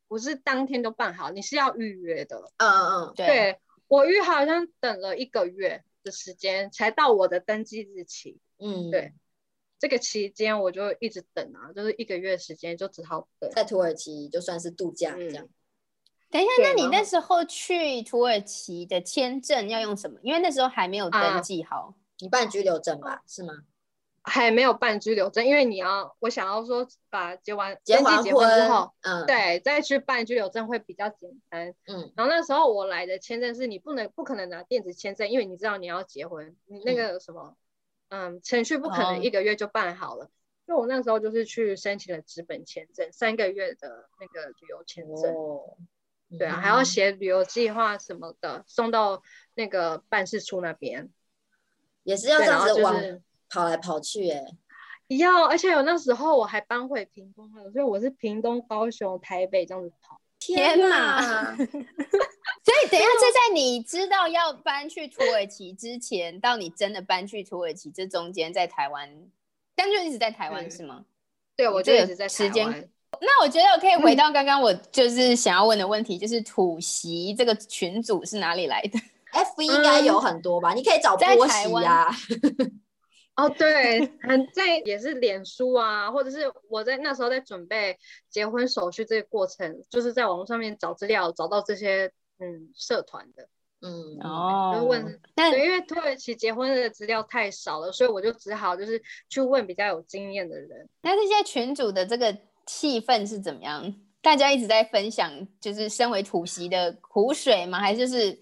[SPEAKER 2] 不是当天都办好，你是要预约的。
[SPEAKER 3] 嗯嗯嗯，
[SPEAKER 1] 对，
[SPEAKER 2] 我预好像等了一个月的时间才到我的登记日期，
[SPEAKER 3] 嗯，
[SPEAKER 2] 对，这个期间我就一直等啊，就是一个月时间就只好等。
[SPEAKER 3] 在土耳其就算是度假这
[SPEAKER 2] 嗯
[SPEAKER 3] 样。
[SPEAKER 1] 等一下，
[SPEAKER 2] 对
[SPEAKER 1] 那你
[SPEAKER 2] 然
[SPEAKER 1] 那
[SPEAKER 2] 后
[SPEAKER 1] 时候去土耳其的签证要用什么？因为那时候还没有登
[SPEAKER 2] 啊
[SPEAKER 1] 记好。
[SPEAKER 3] 你办居留证
[SPEAKER 2] 嗯
[SPEAKER 3] 吧，是吗？
[SPEAKER 2] 还没有办居留证，因为你要，我想要说把结完
[SPEAKER 3] 结
[SPEAKER 2] 登记
[SPEAKER 3] 完
[SPEAKER 2] 结婚之
[SPEAKER 3] 婚
[SPEAKER 2] 后，，
[SPEAKER 3] 嗯，，
[SPEAKER 2] 对，再去办居留证会比较简单。
[SPEAKER 3] 嗯，
[SPEAKER 2] 然后那时候我来的签证是你不能不可能拿电子签证，因为你知道你要结婚，你那个什么，嗯，程序不可
[SPEAKER 1] 哦
[SPEAKER 2] 能一个月就办好了。所以我那时候就是去申请了纸本签证，三个月的那个旅游签证，
[SPEAKER 3] 哦，
[SPEAKER 2] 对啊，
[SPEAKER 3] 嗯
[SPEAKER 2] 还要写旅游计划什么的，送到那个办事处那边，
[SPEAKER 3] 也是要
[SPEAKER 2] 对，
[SPEAKER 3] 这
[SPEAKER 2] 然
[SPEAKER 3] 样
[SPEAKER 2] 后
[SPEAKER 3] 子
[SPEAKER 2] 就
[SPEAKER 3] 往
[SPEAKER 2] 是
[SPEAKER 3] 跑来跑去，哎，
[SPEAKER 2] 要，而且有那时候我还搬回屏东了，所以我是屏东、高雄、台北这样子跑。
[SPEAKER 1] 天哪！所以等一下，这在你知道要搬去土耳其之前，到你真的搬去土耳其，这中间在台湾，但就一直在台湾
[SPEAKER 2] 嗯
[SPEAKER 1] 是吗？
[SPEAKER 2] 对，我
[SPEAKER 1] 这
[SPEAKER 2] 就
[SPEAKER 1] 个
[SPEAKER 2] 一直在
[SPEAKER 1] 时
[SPEAKER 2] 台
[SPEAKER 1] 间
[SPEAKER 2] 湾。
[SPEAKER 1] 那我觉得我可以
[SPEAKER 2] 嗯
[SPEAKER 1] 回到刚刚我就是想要问的问题，就是土席这个群组是哪里来的？
[SPEAKER 3] F
[SPEAKER 2] 嗯
[SPEAKER 3] 应该有很多吧？你可以找
[SPEAKER 1] 在
[SPEAKER 3] 波啊
[SPEAKER 1] 台
[SPEAKER 3] 西
[SPEAKER 1] 湾
[SPEAKER 3] 呀、
[SPEAKER 2] 哦，对，很在也是脸书啊，或者是我在那时候在准备结婚手续这个过程，就是在网络上面找资料，找到这些嗯社团的。
[SPEAKER 3] 嗯，
[SPEAKER 1] 哦
[SPEAKER 2] 就问
[SPEAKER 1] 那
[SPEAKER 2] 对，因为土耳其结婚的资料太少了，所以我就只好就是去问比较有经验的人。
[SPEAKER 1] 那这些群组的这个气氛是怎么样？大家一直在分享，就是身为土席的苦水吗？还是就是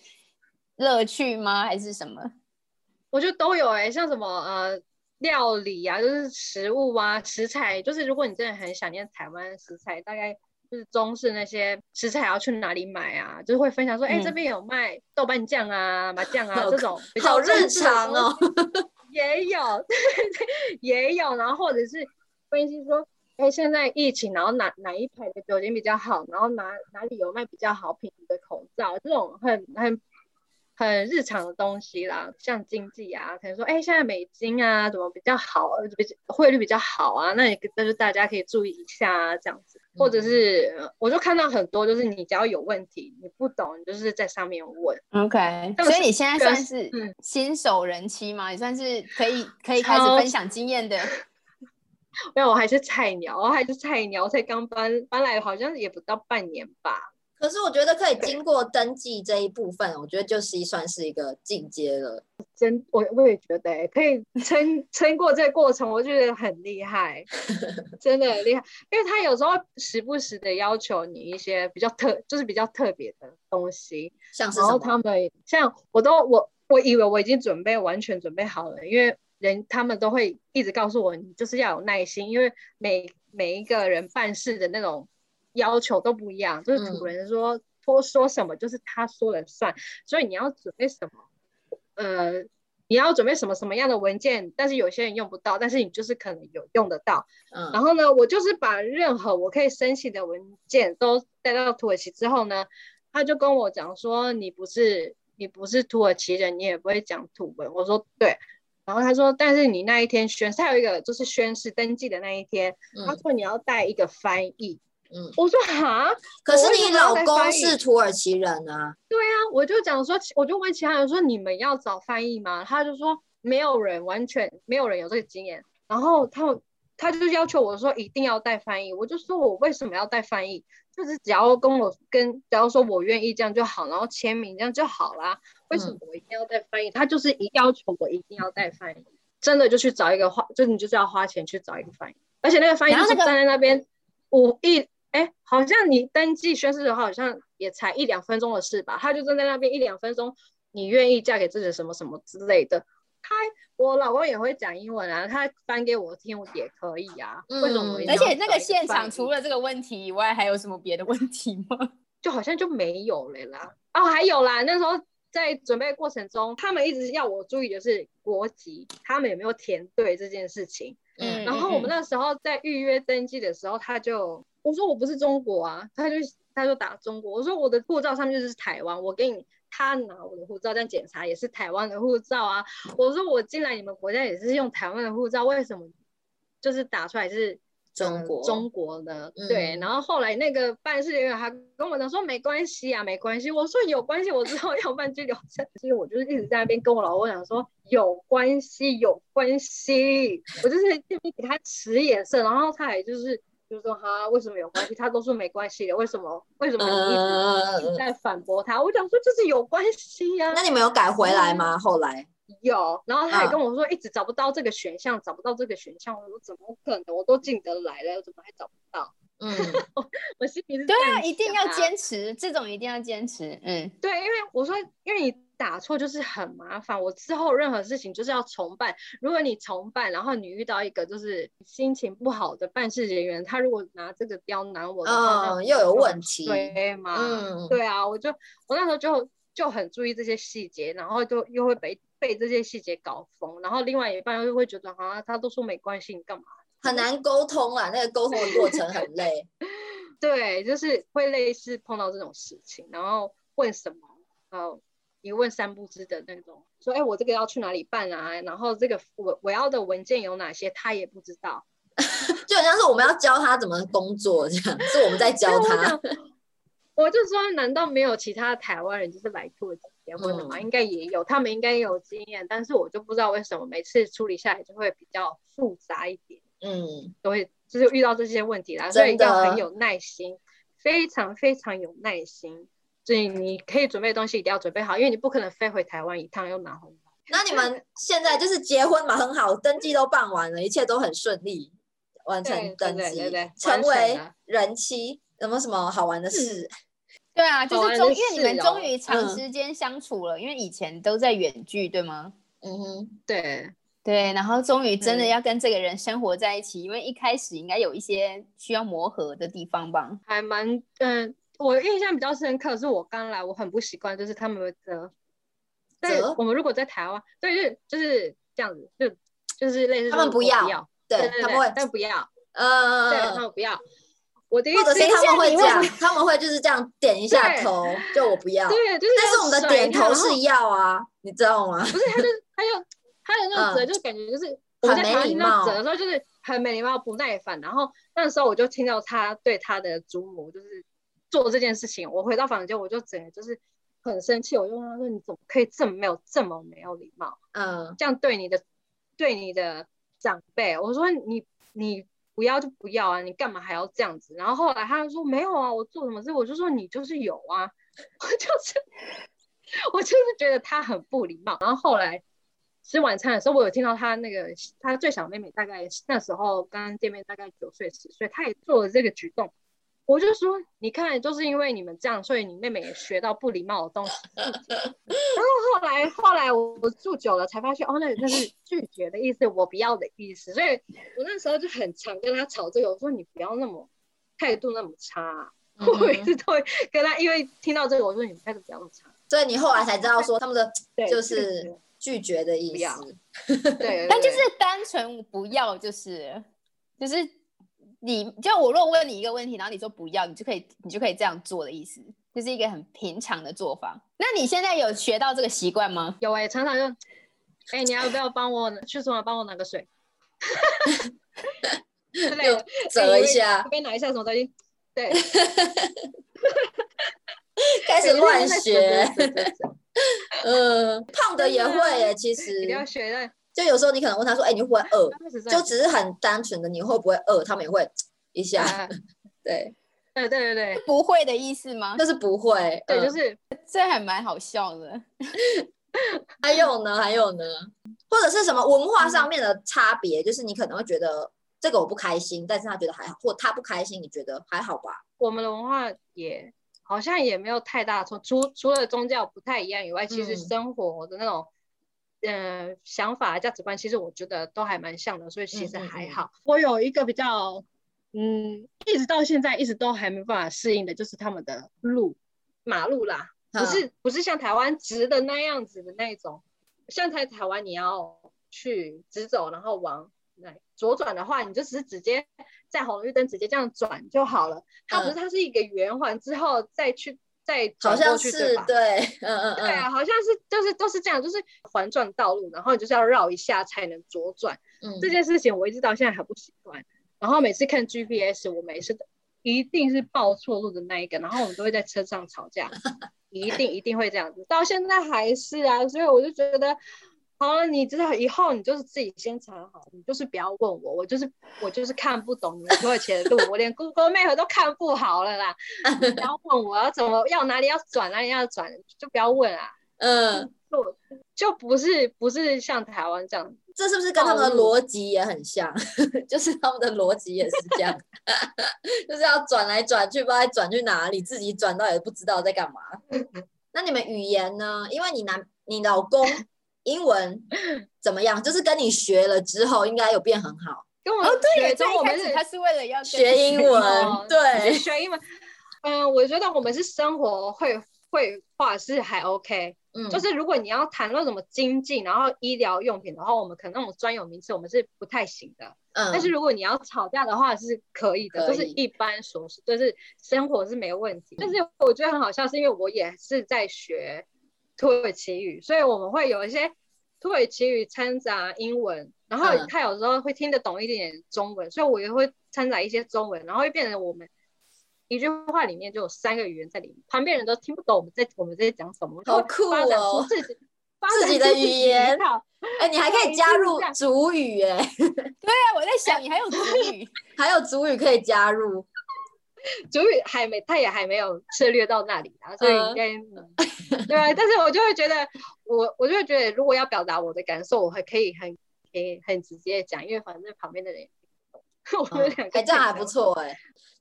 [SPEAKER 1] 乐趣吗？还是什么？
[SPEAKER 2] 我觉得都有哎、像什么呃料理啊，就是食物啊，食材，就是如果你真的很想念台湾的食材，大概就是中式那些食材要去哪里买啊，就是会分享说，哎、这
[SPEAKER 1] 嗯
[SPEAKER 2] 边有卖豆瓣酱啊、麻酱啊
[SPEAKER 3] 好
[SPEAKER 2] 这种比较
[SPEAKER 3] 好日
[SPEAKER 2] 正式的
[SPEAKER 3] 常
[SPEAKER 2] 东
[SPEAKER 3] 哦 (laughs)
[SPEAKER 2] 西。也有，也有，然后或者是分析说，哎，现在疫情，然后哪哪一排的酒精比较好，然后哪哪里有卖比较好品质的口罩，这种很很很日常的东西啦，像经济啊，可能说，哎，现在美金啊怎么比较好，呃比汇率比较好啊，那也那就大家可以注意一下啊，这样子。或者是，呃我就看到很多，就是你只要有问题，你不懂，你就是在上面问。
[SPEAKER 1] OK，
[SPEAKER 2] 但
[SPEAKER 1] 所
[SPEAKER 2] 我
[SPEAKER 1] 以你现在
[SPEAKER 2] 个
[SPEAKER 1] 算
[SPEAKER 2] 人
[SPEAKER 1] 是
[SPEAKER 2] 嗯
[SPEAKER 1] 新手人妻吗？你算是可以可以开始
[SPEAKER 2] 超
[SPEAKER 1] 分享经验的，
[SPEAKER 2] 没有，我还是菜鸟，我还是菜鸟，才刚搬搬来，好像也不到半年吧。
[SPEAKER 3] 可是我觉得可以经过登记这一部分，我觉得就是算是一个进阶了。
[SPEAKER 2] 真，我我也觉得、欸、可以撑撑过这个过程，我觉得很厉害，真的很厉害。因为他有时候时不时的要求你一些比较特，就是比较特别的东西，
[SPEAKER 3] 像是
[SPEAKER 2] 然
[SPEAKER 3] 什
[SPEAKER 2] 后
[SPEAKER 3] 么？
[SPEAKER 2] 他们像我都我我以为我已经准备完全准备好了，因为人他们都会一直告诉我，你就是要有耐心，因为每每一个人办事的那种要求都不一样，就是
[SPEAKER 3] 嗯
[SPEAKER 2] 土人说说、说什么就是他说了算，所以你要准备什么，呃。你要准备什么什么样的文件？但是有些人用不到，但是你就是可能有用得到。然
[SPEAKER 3] 嗯，
[SPEAKER 2] 后呢，我就是把任何我可以申请的文件都带到土耳其之后呢，他就跟我讲说，你不是你不是土耳其人，你也不会讲土文。我说对。然后他说，但是你那一天宣，他有一个就是宣誓登记的那一天，他
[SPEAKER 3] 嗯
[SPEAKER 2] 说你要带一个翻译。
[SPEAKER 3] 嗯
[SPEAKER 2] 我说哈，
[SPEAKER 3] 可是
[SPEAKER 2] 我为什
[SPEAKER 3] 你
[SPEAKER 2] 么要
[SPEAKER 3] 老
[SPEAKER 2] 再
[SPEAKER 3] 公
[SPEAKER 2] 翻译
[SPEAKER 3] 是土耳其人啊，
[SPEAKER 2] 对啊，我就讲说，我就问其他人说，你们要找翻译吗？他就说没有人，完全没有人有这个经验。然后他们他就是要求我说一定要带翻译，我就说我为什么要带翻译？就是只要跟我跟只要说我愿意这样就好，然后签名这样就好啦。为
[SPEAKER 1] 嗯
[SPEAKER 2] 什么我一定要带翻译？他就是一要求我一定要带翻译，真的就去找一个花，就你就是要花钱去找一个翻译，而且那个翻译
[SPEAKER 1] 然
[SPEAKER 2] 就
[SPEAKER 1] 后
[SPEAKER 2] 是
[SPEAKER 1] 那个
[SPEAKER 2] 站在那边五一。哎，好像你登记宣誓的话，好像也才一两分钟的事吧？他就站在那边一两分钟，你愿意嫁给自己什么什么之类的。他我老公也会讲英文啊，他翻给我听也可以啊。为什么我一定
[SPEAKER 1] 嗯而
[SPEAKER 2] 要找
[SPEAKER 1] 且
[SPEAKER 2] 一翻译？
[SPEAKER 1] 那个现场除了这个问题以外，还有什么别的问题吗？
[SPEAKER 2] 就好像就没有了啦。哦，还有啦，那时候在准备过程中，他们一直要我注意的是国籍，他们有没有填对这件事
[SPEAKER 1] 嗯
[SPEAKER 2] 情。
[SPEAKER 3] 嗯，
[SPEAKER 2] 然后我们那时候在预约登记的时候，他就我说我不是中国啊，他就他就打中国，我说我的护照上面就是台湾，我给你他拿我的护照，但检查也是台湾的护照啊，我说我进来你们国家也是用台湾的护照，为什么就是打出来是
[SPEAKER 3] 中
[SPEAKER 2] 呃
[SPEAKER 3] 国
[SPEAKER 2] 中国呢？
[SPEAKER 3] 嗯
[SPEAKER 2] 对，然后后来那个办事人员还跟我讲说没关系啊，没关系，我说有关系，我知道要办居留证， (laughs) 所以我就是一直在那边跟我老公讲说有关系，有关系，我就是那边给他使眼色，然后他还就是。就说哈，为什么有关系？他都说没关系的，为什么？为什么你一
[SPEAKER 1] 呃
[SPEAKER 2] 直一直在反驳他？我讲说就是有关系呀、
[SPEAKER 3] 呃那你们有改回来
[SPEAKER 2] 嗯
[SPEAKER 3] 吗？后来，
[SPEAKER 2] 有，然后他
[SPEAKER 3] 嗯
[SPEAKER 1] 啊
[SPEAKER 2] 还跟我说一直找不到这个选项，找不到这个选项。我说怎么可能？我都进得来了，怎么还找不到？
[SPEAKER 3] 嗯，
[SPEAKER 2] 我心里
[SPEAKER 1] (laughs)
[SPEAKER 2] 是
[SPEAKER 1] 对
[SPEAKER 2] 这
[SPEAKER 1] 啊，
[SPEAKER 2] 样
[SPEAKER 1] 一定
[SPEAKER 2] 想
[SPEAKER 1] 要
[SPEAKER 2] 啊
[SPEAKER 1] 坚持，这种一定要坚持。嗯，
[SPEAKER 2] 对，因为我说，因为你打错就是很麻烦。我之后任何事情就是要重办。如果你重办，然后你遇到一个就是心情不好的办事人员，他如果拿这个刁难我的话，那
[SPEAKER 3] 嗯
[SPEAKER 2] 我
[SPEAKER 3] 又有
[SPEAKER 2] 就
[SPEAKER 3] 问题
[SPEAKER 2] 对嘛？
[SPEAKER 3] 嗯
[SPEAKER 2] 对啊，我就我那时候就就很注意这些细节，然后就又会被被这些细节搞疯，然后另外一半又会觉得啊，他都说没关系，你干嘛？
[SPEAKER 3] 很难沟通啊，那个沟通的过程很累。
[SPEAKER 2] 对，就是会类似碰到这种事情，然后问什么，呃，一问三不知的那种，说，哎、我这个要去哪里办啊？然后这个我我要的文件有哪些，他也不知道。
[SPEAKER 3] 就好像是我们要教他怎么工作这样，是我们在
[SPEAKER 2] 对
[SPEAKER 3] 教
[SPEAKER 2] 啊我
[SPEAKER 3] 他
[SPEAKER 2] 想。我就说，难道没有其他台湾人就是来土耳其结婚的吗？应该也有，他们应该也有经验，但是我就不知道为什么每次处理下来就会比较复杂一点，
[SPEAKER 3] 嗯，
[SPEAKER 2] 都会就是遇到这些问题啦，所以
[SPEAKER 3] 真的
[SPEAKER 2] 要很有耐心，非常非常有耐心。所以你可以准备的东西一定要准备好，因为你不可能飞回台湾一趟又拿回来。
[SPEAKER 3] 那
[SPEAKER 2] 啊
[SPEAKER 3] 你们现在就是结婚嘛，很好，登记都办完了，一切都很顺利，完成
[SPEAKER 2] 对
[SPEAKER 3] 登
[SPEAKER 2] 对对
[SPEAKER 3] 记
[SPEAKER 2] 对，
[SPEAKER 3] 成
[SPEAKER 2] 完成
[SPEAKER 3] 为
[SPEAKER 2] 了
[SPEAKER 3] 人妻，有没有什么好玩的事？
[SPEAKER 1] 对啊，就
[SPEAKER 2] 好
[SPEAKER 1] 是
[SPEAKER 2] 玩
[SPEAKER 1] 终，
[SPEAKER 2] 的
[SPEAKER 1] 因为你们
[SPEAKER 2] 事
[SPEAKER 1] 终
[SPEAKER 2] 哦
[SPEAKER 1] 于长
[SPEAKER 3] 嗯
[SPEAKER 1] 时间相处了，因为以前都在远距，对吗？
[SPEAKER 3] 嗯哼，
[SPEAKER 2] 对，
[SPEAKER 1] 对，然后终于真的
[SPEAKER 2] 嗯
[SPEAKER 1] 要跟这个人生活在一起，因为一开始应该有一些需要磨合的地方吧？
[SPEAKER 2] 还蛮嗯，我印象比较深刻是我刚来，我很不习惯，就是他们的，对
[SPEAKER 3] 折，
[SPEAKER 2] 我们如果在台湾，对，就是就是这样子，就就是类似
[SPEAKER 3] 他们
[SPEAKER 2] 说
[SPEAKER 3] 不
[SPEAKER 2] 我
[SPEAKER 3] 要
[SPEAKER 2] 不要，
[SPEAKER 3] 对
[SPEAKER 2] 对对
[SPEAKER 3] 他们会，
[SPEAKER 2] 但不要，对他
[SPEAKER 3] 呃，
[SPEAKER 2] 们不要。我的意
[SPEAKER 3] 或者
[SPEAKER 2] 思
[SPEAKER 3] 是他们会这
[SPEAKER 2] 这样，
[SPEAKER 3] 样，他们会就是这样点一下
[SPEAKER 2] 对
[SPEAKER 3] 头，就我不要。
[SPEAKER 2] 对，就是
[SPEAKER 3] 但是我
[SPEAKER 2] 要
[SPEAKER 3] 们的
[SPEAKER 2] 甩
[SPEAKER 3] 点
[SPEAKER 2] 他
[SPEAKER 3] 头
[SPEAKER 2] 然后
[SPEAKER 3] 是要啊，你知道吗？
[SPEAKER 2] 不是，他就他就他的那
[SPEAKER 3] 嗯
[SPEAKER 2] 种折，就感觉就是我们
[SPEAKER 3] 很
[SPEAKER 2] 在
[SPEAKER 3] 没
[SPEAKER 2] 台湾
[SPEAKER 3] 礼
[SPEAKER 2] 听到
[SPEAKER 3] 貌
[SPEAKER 2] 折的时候，就是很没礼貌、不耐烦。然后那时候我就听到他对他的祖母就是做这件事情，我回到房间我就整个就是很生气，我就问他说：“你怎么可以这么没有这么没有礼貌，
[SPEAKER 3] 嗯，
[SPEAKER 2] 这样对你的对你的长辈？”我说你：“你不要就不要啊，你干嘛还要这样子？”然后后来他就说：“没有啊，我做什么事？”我就说：“你就是有啊，我就是。”我就是觉得他很不礼貌。然后后来吃晚餐的时候，我有听到他那个他最小妹妹大概那时候刚刚见面，大概九岁十岁，她也做了这个举动。我就说，你看，就是因为你们这样，所以你妹妹也学到不礼貌的东西。然后后来，后来我我住久了才发现，哦，那那是拒绝的意思，我不要的意思。所以我那时候就很常跟他吵这个，我说你不要那么态度那么差啊、
[SPEAKER 3] 嗯
[SPEAKER 2] (laughs) 我每
[SPEAKER 3] 哼
[SPEAKER 2] 次都会跟他，因为听到这个，我说你态度不要那么差。
[SPEAKER 3] 所以你后来才知道说他们的
[SPEAKER 2] 对，
[SPEAKER 3] 就
[SPEAKER 2] 拒绝
[SPEAKER 3] (laughs) 是拒绝的意
[SPEAKER 2] 不要
[SPEAKER 3] 思。
[SPEAKER 2] 对，
[SPEAKER 1] 但就是
[SPEAKER 2] 对
[SPEAKER 1] 单纯不要，就是就是你就我如果问你一个问题，然后你说不要，你就可以你就可以这样做的意思，就是一个很平常的做法。那你现在有学到这个习惯吗？
[SPEAKER 2] 有哎、常常就，哎、你要不要帮我去厨房帮我拿个水？之类
[SPEAKER 3] (laughs)
[SPEAKER 2] 的，
[SPEAKER 3] 折一下
[SPEAKER 2] 这，边拿一下什么东西？对，
[SPEAKER 3] (laughs) 开始乱学。
[SPEAKER 2] 对对对对对
[SPEAKER 3] 嗯，胖的也
[SPEAKER 2] 真的
[SPEAKER 3] 会
[SPEAKER 2] 啊
[SPEAKER 3] 耶，其 (laughs)
[SPEAKER 2] 一定要
[SPEAKER 3] 实
[SPEAKER 2] 学的。
[SPEAKER 3] 就有时候你可能问他说：“哎，你会不会饿
[SPEAKER 2] 刚开始？”
[SPEAKER 3] 就只是很单纯的你会不会饿，他们也会一
[SPEAKER 2] 对，
[SPEAKER 3] 下。
[SPEAKER 2] 啊
[SPEAKER 3] 对，
[SPEAKER 2] 对对对对
[SPEAKER 1] 不会的意思吗？
[SPEAKER 3] 就是不会。
[SPEAKER 2] 对，
[SPEAKER 3] 嗯
[SPEAKER 2] 就是
[SPEAKER 1] 这还蛮好笑的。
[SPEAKER 3] 还有呢，还有呢，或者是什么文化上面的差别，就是你可能会觉得这个我不开心，但是他觉得还好，或他不开心，你觉得还好吧？
[SPEAKER 2] 我们的文化也好像也没有太大错，除除了宗教不太一样以外，其实
[SPEAKER 3] 嗯
[SPEAKER 2] 生活的那种。呃，想法、价值观，其实我觉得都还蛮像的，所以其实
[SPEAKER 3] 嗯嗯
[SPEAKER 2] 还
[SPEAKER 3] 嗯
[SPEAKER 2] 好。我有一个比较，嗯，一直到现在一直都还没办法适应的，就是他们的路，马路啦，不
[SPEAKER 3] 嗯
[SPEAKER 2] 是不是像台湾直的那样子的那种，像在台湾你要去直走，然后往那左转的话，你就只是直接在红绿灯直接这样转就好了。它不是，它是一个圆环之后再去再
[SPEAKER 3] 嗯好
[SPEAKER 2] 转过
[SPEAKER 3] 像
[SPEAKER 2] 去，
[SPEAKER 3] 是
[SPEAKER 2] 对吧？
[SPEAKER 3] 对，嗯嗯
[SPEAKER 2] 对
[SPEAKER 3] 嗯
[SPEAKER 2] 啊，好像是就是都是这样，就是环状道路，然后你就是要绕一下才能左转。
[SPEAKER 3] 嗯，
[SPEAKER 2] 这件事情我一直到现在还不习惯。然后每次看 GPS，我每次都一定是报错路的那一个，然后我们都会在车上
[SPEAKER 1] (laughs)
[SPEAKER 2] 吵架，一定一定会这样子，到现在还是啊，所以我就觉得。好了，你知道以后你就是自己先查好，你就是不要问我，我就是我就是看不懂你们土耳其的路，我连 Google Map 都看不好
[SPEAKER 1] (laughs)
[SPEAKER 2] 了啦。你不要问我要怎么要哪里要转哪里要转，就不要问啊，
[SPEAKER 3] 嗯，
[SPEAKER 2] 就不是不是像台湾这样，
[SPEAKER 3] 这是不是跟他们的逻辑也很像？ (laughs) 就是他们的逻辑也是这样， (laughs) 就是要转来转去，不知道转去哪里，自己转到也不知道在干嘛。那你们语言呢？因为你男你老公英文怎么样？就是跟你学了之后，应该有变很好。
[SPEAKER 2] 跟我
[SPEAKER 1] 哦，对
[SPEAKER 2] 学
[SPEAKER 1] 耶，在
[SPEAKER 2] 中
[SPEAKER 1] 一
[SPEAKER 2] 我
[SPEAKER 1] 开
[SPEAKER 2] 们
[SPEAKER 1] 始
[SPEAKER 2] 是
[SPEAKER 1] 他是为了要跟
[SPEAKER 3] 学
[SPEAKER 1] 你 (laughs)
[SPEAKER 3] 英文
[SPEAKER 2] 哦，
[SPEAKER 3] 对
[SPEAKER 2] 呃是，学英文。嗯，我觉得我们是生活会绘画是还 OK，、
[SPEAKER 3] 嗯，
[SPEAKER 2] 就是如果你要谈论什么经济，然后医疗用品的话，我们可能那种专有名词我们是不太行的。
[SPEAKER 3] 嗯，
[SPEAKER 2] 但是如果你要吵架的话是可以的，
[SPEAKER 3] 可
[SPEAKER 2] 就是
[SPEAKER 3] 以
[SPEAKER 2] 一般琐事，就是生活是没问题。但是我觉得很好笑，是因为我也是在学土耳其语，所以我们会有一些土耳其语掺杂英文，然后
[SPEAKER 3] 嗯
[SPEAKER 2] 他有时候会听得懂一点点中文，所以我也会掺杂一些中文，然后会变成我们。一句话里面就有三个语言在里面，旁边人都听不懂我们在我们在讲什么，
[SPEAKER 3] 好
[SPEAKER 2] 就会
[SPEAKER 3] 酷
[SPEAKER 2] 发展出
[SPEAKER 3] 哦
[SPEAKER 2] 自己发
[SPEAKER 3] 自
[SPEAKER 2] 展
[SPEAKER 3] 己
[SPEAKER 2] 出
[SPEAKER 3] 的
[SPEAKER 2] 自
[SPEAKER 3] 语
[SPEAKER 2] 己一
[SPEAKER 3] 言
[SPEAKER 2] 套
[SPEAKER 3] 哎、你还可以加入主语哎、
[SPEAKER 1] 对啊，我在想你还有主语，
[SPEAKER 3] (laughs) 还有主语可以加入，
[SPEAKER 2] 主语还没，他也还没有涉略到那里啊，所以应该、嗯对啊。但是我就会觉得，我我就会觉得，如果要表达我的感受，我还可以很可以很直接讲，因为反正旁边的人也听不懂，我 (laughs) 们两
[SPEAKER 3] 哎、
[SPEAKER 2] 个
[SPEAKER 3] 这样还
[SPEAKER 2] 可以
[SPEAKER 3] 不错哎、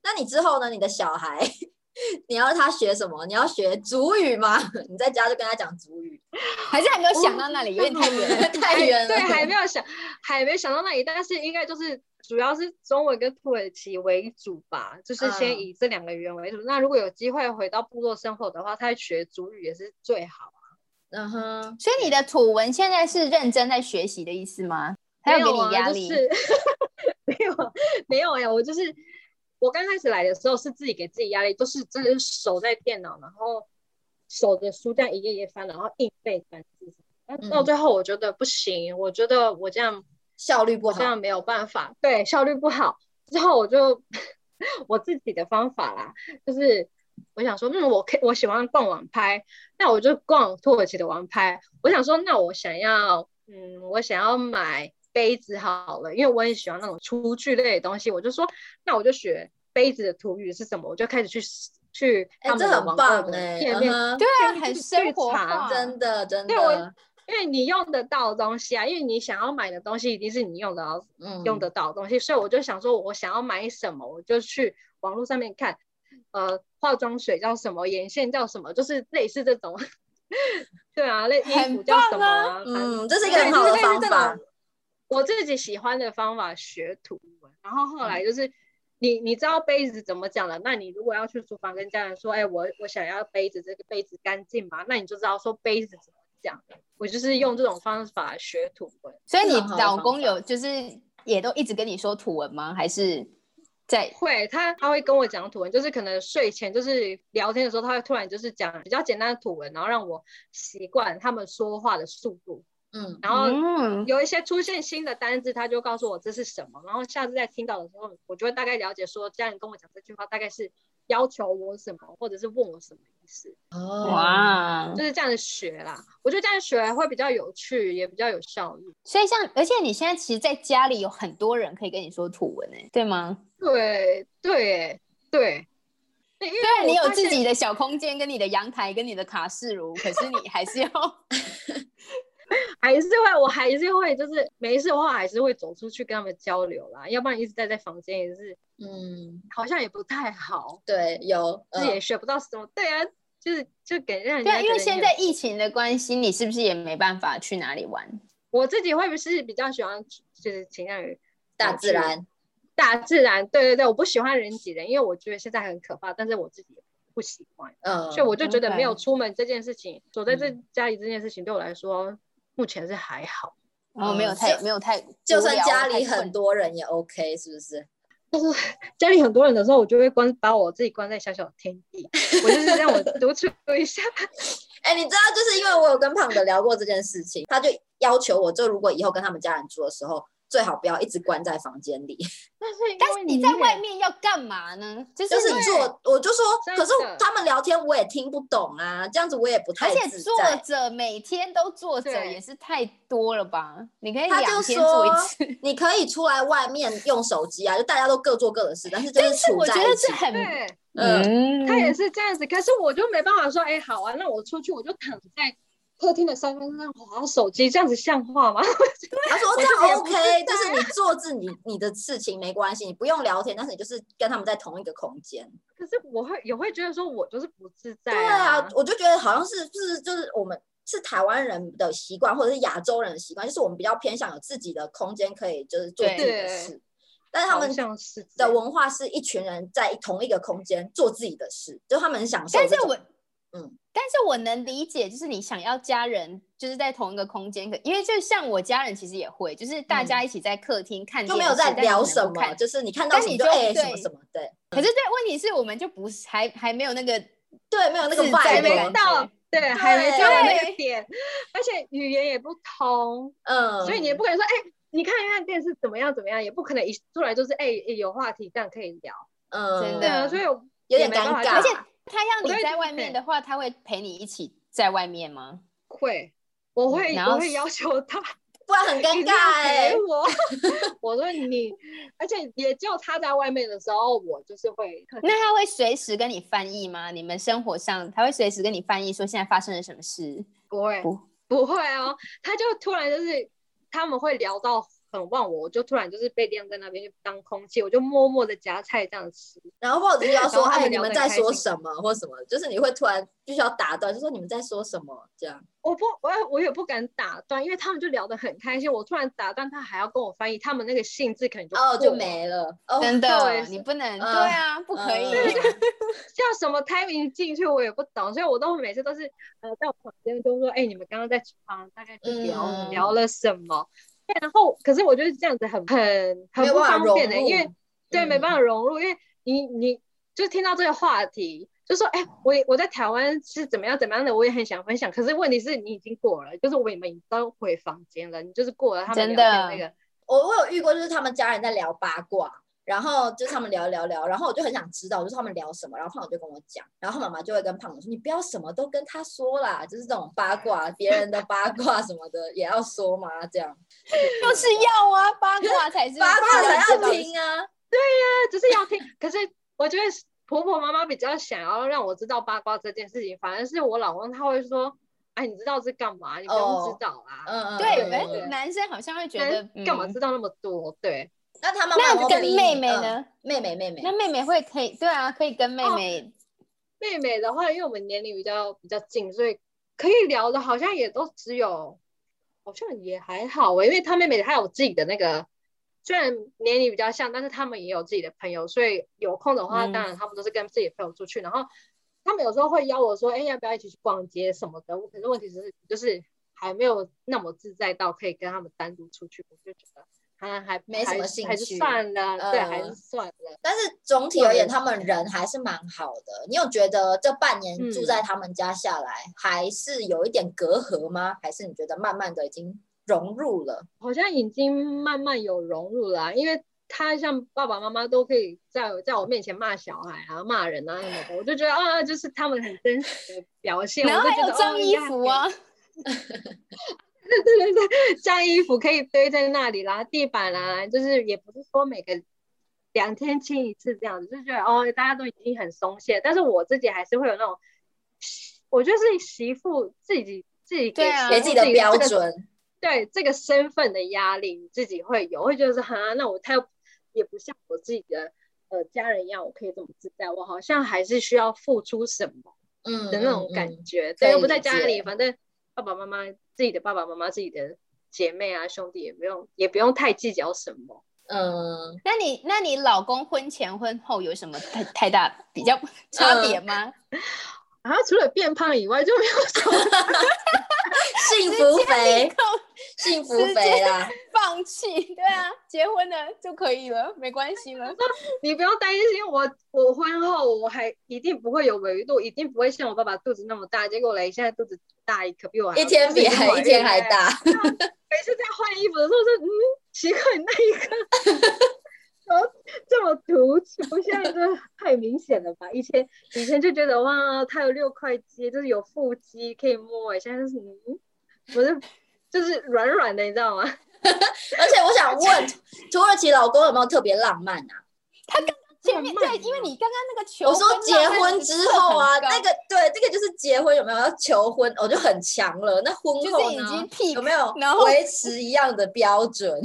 [SPEAKER 3] 那你之后呢？你的小孩， (laughs) 你要他学什么？你要学主语吗？ (laughs) 你在家就跟他讲主语，
[SPEAKER 1] 还是还没有想到那里，有点太远了。
[SPEAKER 3] 太远
[SPEAKER 2] (laughs)
[SPEAKER 3] 了。(laughs)
[SPEAKER 2] 对，啊还没有想，还没想到那里，但是应该就是主要是中文跟土耳其为主吧，就是
[SPEAKER 3] 嗯
[SPEAKER 2] 先以这两个语言为主。那如果有机会回到部落生活的话，他学主语也是最好。
[SPEAKER 3] 嗯哼，
[SPEAKER 1] 所以你的土文现在是认真在学习的意思吗？还
[SPEAKER 2] 没
[SPEAKER 1] 有给
[SPEAKER 2] 有啊，
[SPEAKER 1] 你压力？
[SPEAKER 2] 就是 (laughs) 没有啊没有哎、我就是我刚开始来的时候是自己给自己压力，就是真的是守在电脑，然后守着书这样一页一页翻，然后硬背单词。但
[SPEAKER 3] 嗯
[SPEAKER 2] 到最后我觉得不行，我觉得我这样
[SPEAKER 3] 效率不
[SPEAKER 2] 我
[SPEAKER 3] 好
[SPEAKER 2] 这。样没有办法，对效率不好。之后我就 (laughs) 我自己的方法啦，就是我想说，嗯，我可以我喜欢逛网拍，那我就逛土耳其的网拍。我想说，那我想要，嗯，我想要买杯子好了，因为我很喜欢那种厨具类的东西。我就说，那我就学杯子的土语是什么，我就开始去去他
[SPEAKER 3] 哎
[SPEAKER 2] 们
[SPEAKER 3] 这
[SPEAKER 2] 的
[SPEAKER 3] 很
[SPEAKER 2] 网
[SPEAKER 3] 棒
[SPEAKER 2] 购的
[SPEAKER 3] 哎
[SPEAKER 2] 店
[SPEAKER 3] 嗯
[SPEAKER 2] 面，
[SPEAKER 3] 哼
[SPEAKER 1] 对啊，
[SPEAKER 2] 去
[SPEAKER 1] 很
[SPEAKER 2] 去
[SPEAKER 1] 生活
[SPEAKER 2] 查
[SPEAKER 1] 化，
[SPEAKER 3] 真的，真
[SPEAKER 2] 对我
[SPEAKER 3] 的，
[SPEAKER 2] 因为你用得到的东西啊，因为你想要买的东西一定是你用得到
[SPEAKER 3] 嗯，
[SPEAKER 2] 用得到的东西，所以我就想说，我想要买什么，我就去网络上面看，呃，化妆水叫什么，眼线叫什么，就是类似这种， (laughs) 对啊，类衣
[SPEAKER 1] 很
[SPEAKER 2] 服叫什
[SPEAKER 1] 棒
[SPEAKER 2] 么
[SPEAKER 1] 啊
[SPEAKER 2] 啊，反正
[SPEAKER 3] 嗯，这是一
[SPEAKER 2] 对
[SPEAKER 3] 个很好的
[SPEAKER 2] 就是类似
[SPEAKER 3] 方
[SPEAKER 2] 这
[SPEAKER 3] 法
[SPEAKER 2] 种。我自己喜欢的方法学土文，然后后
[SPEAKER 3] 嗯
[SPEAKER 2] 来就是你你知道杯子怎么讲了，那你如果要去厨房跟家人说，哎，我我想要杯子，这个杯子干净吗？那你就知道说杯子怎么讲。我就是用这种方法学土文，
[SPEAKER 1] 所以
[SPEAKER 3] 这
[SPEAKER 1] 你
[SPEAKER 3] 种好的
[SPEAKER 1] 老
[SPEAKER 3] 方
[SPEAKER 1] 公
[SPEAKER 3] 法
[SPEAKER 1] 有就是也都一直跟你说土文吗？还是在
[SPEAKER 2] 会他他会跟我讲土文，就是可能睡前就是聊天的时候，他会突然就是讲比较简单的土文，然后让我习惯他们说话的速度，
[SPEAKER 3] 嗯，
[SPEAKER 2] 然后
[SPEAKER 1] 嗯
[SPEAKER 2] 有一些出现新的单字，他就告诉我这是什么，然后下次再听到的时候，我就会大概了解说，家人跟我讲这句话大概是要求我什么，或者是问我什么意思，
[SPEAKER 3] 哦，
[SPEAKER 1] 哇
[SPEAKER 2] 就？是这样子学啦。我觉得这样学会比较有趣，也比较有效率。
[SPEAKER 1] 所以像而且你现在其实在家里有很多人可以跟你说土文诶、欸对吗？
[SPEAKER 2] 对对对，对，因为
[SPEAKER 1] 虽然你有
[SPEAKER 2] 我发
[SPEAKER 1] 自
[SPEAKER 2] 现
[SPEAKER 1] 己的小空间、跟你的阳台、跟你的卡式炉，可是你还是要
[SPEAKER 2] 还是会，我还是会，就是没事的话，还是会走出去跟他们交流啦。要不然一直待在房间也是，
[SPEAKER 3] 嗯，
[SPEAKER 2] 好像也不太好，
[SPEAKER 3] 对，有，
[SPEAKER 2] 就
[SPEAKER 3] 呃
[SPEAKER 2] 是也学不到什么。对啊，就是就给让人
[SPEAKER 1] 嗯对
[SPEAKER 2] 家
[SPEAKER 1] 啊，因为
[SPEAKER 2] 觉得
[SPEAKER 1] 现
[SPEAKER 2] 你
[SPEAKER 1] 在
[SPEAKER 2] 很
[SPEAKER 1] 疫情的关系，你是不是也没办法去哪里玩？
[SPEAKER 2] 我自己会不会是比较喜欢，就是倾向于
[SPEAKER 3] 大自然，
[SPEAKER 2] 大自然。对对对，我不喜欢人挤人，因为我觉得现在很可怕，但是我自己也不喜欢，
[SPEAKER 3] 嗯，
[SPEAKER 2] 所以我就觉得
[SPEAKER 1] OK
[SPEAKER 2] 没有出门这件事情，躲在
[SPEAKER 1] 嗯
[SPEAKER 2] 这家里这件事情对我来说，目前是还好。
[SPEAKER 1] 然哦后没有
[SPEAKER 3] 嗯
[SPEAKER 1] 太
[SPEAKER 3] 就
[SPEAKER 1] 没有太，
[SPEAKER 3] 就算家里
[SPEAKER 1] 太困
[SPEAKER 3] 很多人也 OK，是不是？
[SPEAKER 2] 家里很多人的时候，我就会关把我自己关在小小的天 (laughs) 地，我就是让我独处一下。
[SPEAKER 3] 哎，你知道，就是因为我有跟胖的聊过这件事情，他就要求我，就如果以后跟他们家人住的时候，最好不要一直关在房间里。
[SPEAKER 2] (laughs) 但是因
[SPEAKER 1] 但
[SPEAKER 2] 为
[SPEAKER 1] 是你
[SPEAKER 2] 也
[SPEAKER 1] 在外，面要干嘛呢？就
[SPEAKER 3] 就是是
[SPEAKER 1] 你
[SPEAKER 3] 做，我就说，
[SPEAKER 2] 真
[SPEAKER 3] 可是
[SPEAKER 2] 的
[SPEAKER 3] 他们聊天我也听不懂啊，这样子我也不
[SPEAKER 1] 而
[SPEAKER 3] 太
[SPEAKER 1] 且
[SPEAKER 3] 自
[SPEAKER 1] 坐
[SPEAKER 3] 在。
[SPEAKER 1] 着每天都坐着
[SPEAKER 2] 对
[SPEAKER 1] 也是太多了吧？你可以
[SPEAKER 3] 他
[SPEAKER 1] 两
[SPEAKER 3] 就
[SPEAKER 1] 天坐一
[SPEAKER 3] 说
[SPEAKER 1] 次，
[SPEAKER 3] 你可以出来外面用手机啊，就大家都各做各的事，但是就
[SPEAKER 1] 但
[SPEAKER 3] 是
[SPEAKER 1] 是
[SPEAKER 3] 处
[SPEAKER 1] 我觉
[SPEAKER 3] 在一
[SPEAKER 1] 得
[SPEAKER 3] 起
[SPEAKER 1] 是。很
[SPEAKER 2] 对
[SPEAKER 3] 嗯，
[SPEAKER 1] 嗯，
[SPEAKER 2] 他也是这样子，可是我就没办法说，哎、好啊，那我出去我就躺在客厅的沙发上划手机，这样子像话 (laughs) 吗？
[SPEAKER 3] 他说
[SPEAKER 2] 我
[SPEAKER 3] 这
[SPEAKER 2] 自己也
[SPEAKER 3] 样
[SPEAKER 2] 不
[SPEAKER 3] OK，就是你做自己你的事情没关系，你不用聊天，但是你就是跟他们在同一个空间。
[SPEAKER 2] 可是我会也会觉得说，我就是不自在、
[SPEAKER 3] 对
[SPEAKER 2] 啊。
[SPEAKER 3] 啊，我就觉得好像是就是就是我们是台湾人的习惯，或者是亚洲人的习惯，就是我们比较偏向有自己的空间可以就是做自己的
[SPEAKER 2] 对
[SPEAKER 3] 事，但是他
[SPEAKER 2] 好
[SPEAKER 3] 们
[SPEAKER 2] 像是这
[SPEAKER 3] 的
[SPEAKER 2] 样
[SPEAKER 3] 文化是一群人在同一个空间做自己的事，就他们很享受
[SPEAKER 1] 但
[SPEAKER 3] 这
[SPEAKER 1] 是
[SPEAKER 3] 种。
[SPEAKER 1] 我但是我能理解，就是你想要家人就是在同一个空间，可因为就像我家人其实也会，就是大家一起在客厅看、
[SPEAKER 3] 嗯就没有在聊什么，
[SPEAKER 1] 看
[SPEAKER 3] 就是你看到
[SPEAKER 1] 但
[SPEAKER 3] 什么
[SPEAKER 1] 你
[SPEAKER 3] 就
[SPEAKER 1] 就
[SPEAKER 3] 哎、
[SPEAKER 1] 对
[SPEAKER 3] 什么什么，对
[SPEAKER 1] 可是对，问题是我们就不是还还没有那个
[SPEAKER 3] 对，没有那个
[SPEAKER 1] 自
[SPEAKER 2] 还
[SPEAKER 1] 在
[SPEAKER 3] vibe
[SPEAKER 1] 的
[SPEAKER 2] 没
[SPEAKER 1] 感觉
[SPEAKER 2] 到，对，还没到那
[SPEAKER 1] 对
[SPEAKER 2] 个点，而且语言也不通，
[SPEAKER 3] 嗯，
[SPEAKER 2] 所以你也不可能说，哎、你看一看电视怎么样怎么样，也不可能一出来就是，哎、哎有话题这样可以聊，
[SPEAKER 3] 嗯，
[SPEAKER 1] 真
[SPEAKER 2] 对
[SPEAKER 1] 的
[SPEAKER 2] 啊，所以我
[SPEAKER 3] 有点
[SPEAKER 2] 也没办
[SPEAKER 3] 尴
[SPEAKER 2] 法
[SPEAKER 3] 尬，
[SPEAKER 2] 而且
[SPEAKER 1] 他要
[SPEAKER 2] 我都
[SPEAKER 1] 你
[SPEAKER 2] 会
[SPEAKER 1] 在
[SPEAKER 2] 觉
[SPEAKER 1] 外
[SPEAKER 2] 得
[SPEAKER 1] 面的话，他会陪你一起在外面吗？
[SPEAKER 2] 会，我会
[SPEAKER 1] 然后
[SPEAKER 2] 我会要求他
[SPEAKER 3] 不然很尴
[SPEAKER 2] 一定
[SPEAKER 3] 尬
[SPEAKER 2] 要
[SPEAKER 3] 哎、
[SPEAKER 2] 陪我，
[SPEAKER 1] (laughs)
[SPEAKER 2] 我说你，而且也就他在外面的时候，我就是会 (laughs) 客气
[SPEAKER 1] (laughs) 那他会随时跟你翻译吗？你们生活上他会随时跟你翻译说现在发生了什么事？
[SPEAKER 2] 不会
[SPEAKER 1] 不
[SPEAKER 2] 不会哦，他就突然就是他们会聊到很忘我，我就突然就是被晾在那边就当空气，我就默默的夹菜这样吃。
[SPEAKER 3] 然后或者是要说
[SPEAKER 2] 然后他
[SPEAKER 3] 哎
[SPEAKER 2] 们
[SPEAKER 3] 你
[SPEAKER 2] 聊得
[SPEAKER 3] 们
[SPEAKER 2] 很开
[SPEAKER 3] 在说
[SPEAKER 2] 心
[SPEAKER 3] 什么或什么，就是你会突然必须要打断，就说你们在说什么这样，
[SPEAKER 2] 我不，我也我也不敢打断，因为他们就聊得很开心。我突然打断他，还要跟我翻译，他们那个兴致可能就
[SPEAKER 3] 哦
[SPEAKER 2] 过
[SPEAKER 3] 就
[SPEAKER 2] 了
[SPEAKER 3] 没了哦，
[SPEAKER 1] 真
[SPEAKER 2] 对
[SPEAKER 1] 的，
[SPEAKER 2] 是
[SPEAKER 1] 你不能、
[SPEAKER 3] 呃
[SPEAKER 1] 对啊，不可以。
[SPEAKER 3] 嗯
[SPEAKER 2] 叫什么 timing 进去，我也不懂，所以我都每次都是呃在我房间都说，哎、你们刚刚在厨房大概就聊、
[SPEAKER 3] 嗯
[SPEAKER 2] 聊了什么？对，然后可是我就是这样子很很
[SPEAKER 3] 没
[SPEAKER 2] 很
[SPEAKER 3] 有
[SPEAKER 2] 不
[SPEAKER 3] 办法
[SPEAKER 2] 方
[SPEAKER 3] 融
[SPEAKER 2] 便的、因为
[SPEAKER 3] 入，嗯
[SPEAKER 2] 对，没办
[SPEAKER 3] 法，
[SPEAKER 2] 法融入，因为你你就听到这个话题，就说哎、我也我在台湾是怎么样怎么样的，我也很想分享。可是问题是你已经过了，就是我们已经都回房间了，你就是过了他们
[SPEAKER 1] 真
[SPEAKER 2] 聊天
[SPEAKER 1] 的
[SPEAKER 2] 那个，
[SPEAKER 3] 我我有遇过，就是他们家人在聊八卦，然后就是他们聊聊聊，然后我就很想知道，就是他们聊什么，然后胖友就跟我讲，然后他妈妈就会跟胖友说，你不要什么都跟他说啦，就是这种八卦，别人的八卦什么的也要说嘛，这样
[SPEAKER 1] (laughs) 就是要啊，八卦才是
[SPEAKER 3] (laughs) 八卦才
[SPEAKER 1] 知道
[SPEAKER 3] 要
[SPEAKER 1] 的
[SPEAKER 3] 听啊，
[SPEAKER 2] 那就是要听。 (laughs) 可是我觉得婆婆妈妈比较想要让我知道八卦这件事情，反而是我老公他会说，哎，你知道这干嘛？你不用
[SPEAKER 3] 哦
[SPEAKER 2] 知道啦。
[SPEAKER 3] 嗯
[SPEAKER 1] (laughs)
[SPEAKER 3] 嗯，
[SPEAKER 1] 对，
[SPEAKER 3] 嗯
[SPEAKER 1] 哎、
[SPEAKER 3] 嗯哎
[SPEAKER 1] 男生好像会觉
[SPEAKER 2] 男
[SPEAKER 1] 得
[SPEAKER 2] 干嘛
[SPEAKER 1] 嗯
[SPEAKER 2] 知道那么多？对，
[SPEAKER 3] 那他妈妈有没
[SPEAKER 1] 那
[SPEAKER 3] 有
[SPEAKER 1] 跟
[SPEAKER 3] 逼你
[SPEAKER 1] 妹妹？
[SPEAKER 3] 嗯
[SPEAKER 1] 呢？
[SPEAKER 3] 妹妹妹妹，
[SPEAKER 1] 那妹妹会可以对啊，可以跟妹
[SPEAKER 2] 哦
[SPEAKER 1] 妹。
[SPEAKER 2] 妹妹的话，因为我们年龄比较比较近，所以可以聊的，好像也都只有，好像也还好欸因为她妹妹她有自己的那个，虽然年龄比较像，但是他们也有自己的朋友，所以有空的话，
[SPEAKER 1] 嗯
[SPEAKER 2] 当然他们都是跟自己的朋友出去，然后他们有时候会邀我说，哎、要不要一起去逛街什么的？可是问题是，就是还没有那么自在到可以跟他们单独出去，我就觉得。啊还还
[SPEAKER 3] 没什么
[SPEAKER 2] 还是
[SPEAKER 3] 兴
[SPEAKER 2] 还是
[SPEAKER 3] 趣
[SPEAKER 2] 算了，对，还
[SPEAKER 3] 嗯
[SPEAKER 2] 是算了。
[SPEAKER 3] 但是总体而言，他们人还是蛮好的。你有觉得这半年
[SPEAKER 2] 嗯
[SPEAKER 3] 住在他们家下来，还是有一点隔阂吗？还是你觉得慢慢的已经融入了？
[SPEAKER 2] 好像已经慢慢有融入了啊、因为他像爸爸妈妈都可以在在我面前骂小孩啊、骂人啊什么的，我就觉得啊，就是他们很真实的表现。
[SPEAKER 1] 然后
[SPEAKER 2] 我
[SPEAKER 1] 还
[SPEAKER 2] 就觉得
[SPEAKER 1] 有脏衣服，
[SPEAKER 2] 哦
[SPEAKER 1] 啊，
[SPEAKER 2] 应该 (laughs) 对对对对，脏衣服可以堆在那里啦，地板啦，就是也不是说每个两天清一次这样子，就觉得哦，大家都已经很松懈，但是我自己还是会有那种，我觉得是媳妇自己自己给
[SPEAKER 1] 对啊
[SPEAKER 3] 给自己的
[SPEAKER 2] 这个
[SPEAKER 3] 标准，
[SPEAKER 2] 对这个身份的压力，你自己会有，会觉得说，哈，那我太也不像我自己的呃家人一样，我可以这么自在，我好像还是需要付出什么
[SPEAKER 3] 嗯
[SPEAKER 2] 的那种
[SPEAKER 3] 觉。
[SPEAKER 2] 感觉。
[SPEAKER 3] 可以
[SPEAKER 2] 对，又不在
[SPEAKER 3] 理
[SPEAKER 2] 家
[SPEAKER 3] 解
[SPEAKER 2] 里，反正爸爸妈妈自己的爸爸妈妈、自己的姐妹啊、兄弟也不用也不用太计较什么。
[SPEAKER 3] 嗯，
[SPEAKER 1] 那你那你老公婚前婚后有什么太太大比
[SPEAKER 3] 嗯
[SPEAKER 1] 较差别吗？
[SPEAKER 3] 啊
[SPEAKER 2] 然后除了变胖以外，就没有什么
[SPEAKER 3] 幸福
[SPEAKER 1] (laughs)
[SPEAKER 3] 肥，
[SPEAKER 1] 靠
[SPEAKER 3] 幸福肥啦，
[SPEAKER 1] 放弃， (laughs) 对啊，结婚了就可以了，没关系了。
[SPEAKER 2] 你不用担心我，我婚后我还一定不会有维度，一定不会像我爸爸肚子那么大。结果嘞，现在肚子大一颗，比我还
[SPEAKER 3] 一
[SPEAKER 2] 要
[SPEAKER 3] 天
[SPEAKER 2] 自
[SPEAKER 3] 比
[SPEAKER 2] 己
[SPEAKER 3] 还
[SPEAKER 2] 怀
[SPEAKER 3] 一天
[SPEAKER 2] 孕
[SPEAKER 3] 还
[SPEAKER 2] 欸
[SPEAKER 3] 大。
[SPEAKER 2] 每次在换衣服的时候说，嗯，奇怪，那一个怎么这么突出？现在真的太明显了吧？ (laughs) 以前以前就觉得哇，他有六块肌，就是有腹肌可以摸，现在就是嗯，不是就是软软的，你知道吗？ (laughs)
[SPEAKER 3] 而且我想问，土耳其老公有没有特别浪漫啊？
[SPEAKER 1] 前面
[SPEAKER 2] 浪
[SPEAKER 1] 对，
[SPEAKER 2] 漫
[SPEAKER 1] 因为你刚刚那个求
[SPEAKER 3] 我
[SPEAKER 1] 婚
[SPEAKER 3] 说结
[SPEAKER 1] 浪漫
[SPEAKER 3] 婚
[SPEAKER 1] 指
[SPEAKER 3] 之
[SPEAKER 1] 数
[SPEAKER 3] 后啊，
[SPEAKER 1] 很高
[SPEAKER 3] 那个对，这个就是结婚有没有要求婚，我就很强了。那婚
[SPEAKER 1] 就是
[SPEAKER 3] 后
[SPEAKER 1] 已经
[SPEAKER 3] 呢？
[SPEAKER 1] peak
[SPEAKER 3] 有没有
[SPEAKER 1] 然后
[SPEAKER 3] 维持一样的标准？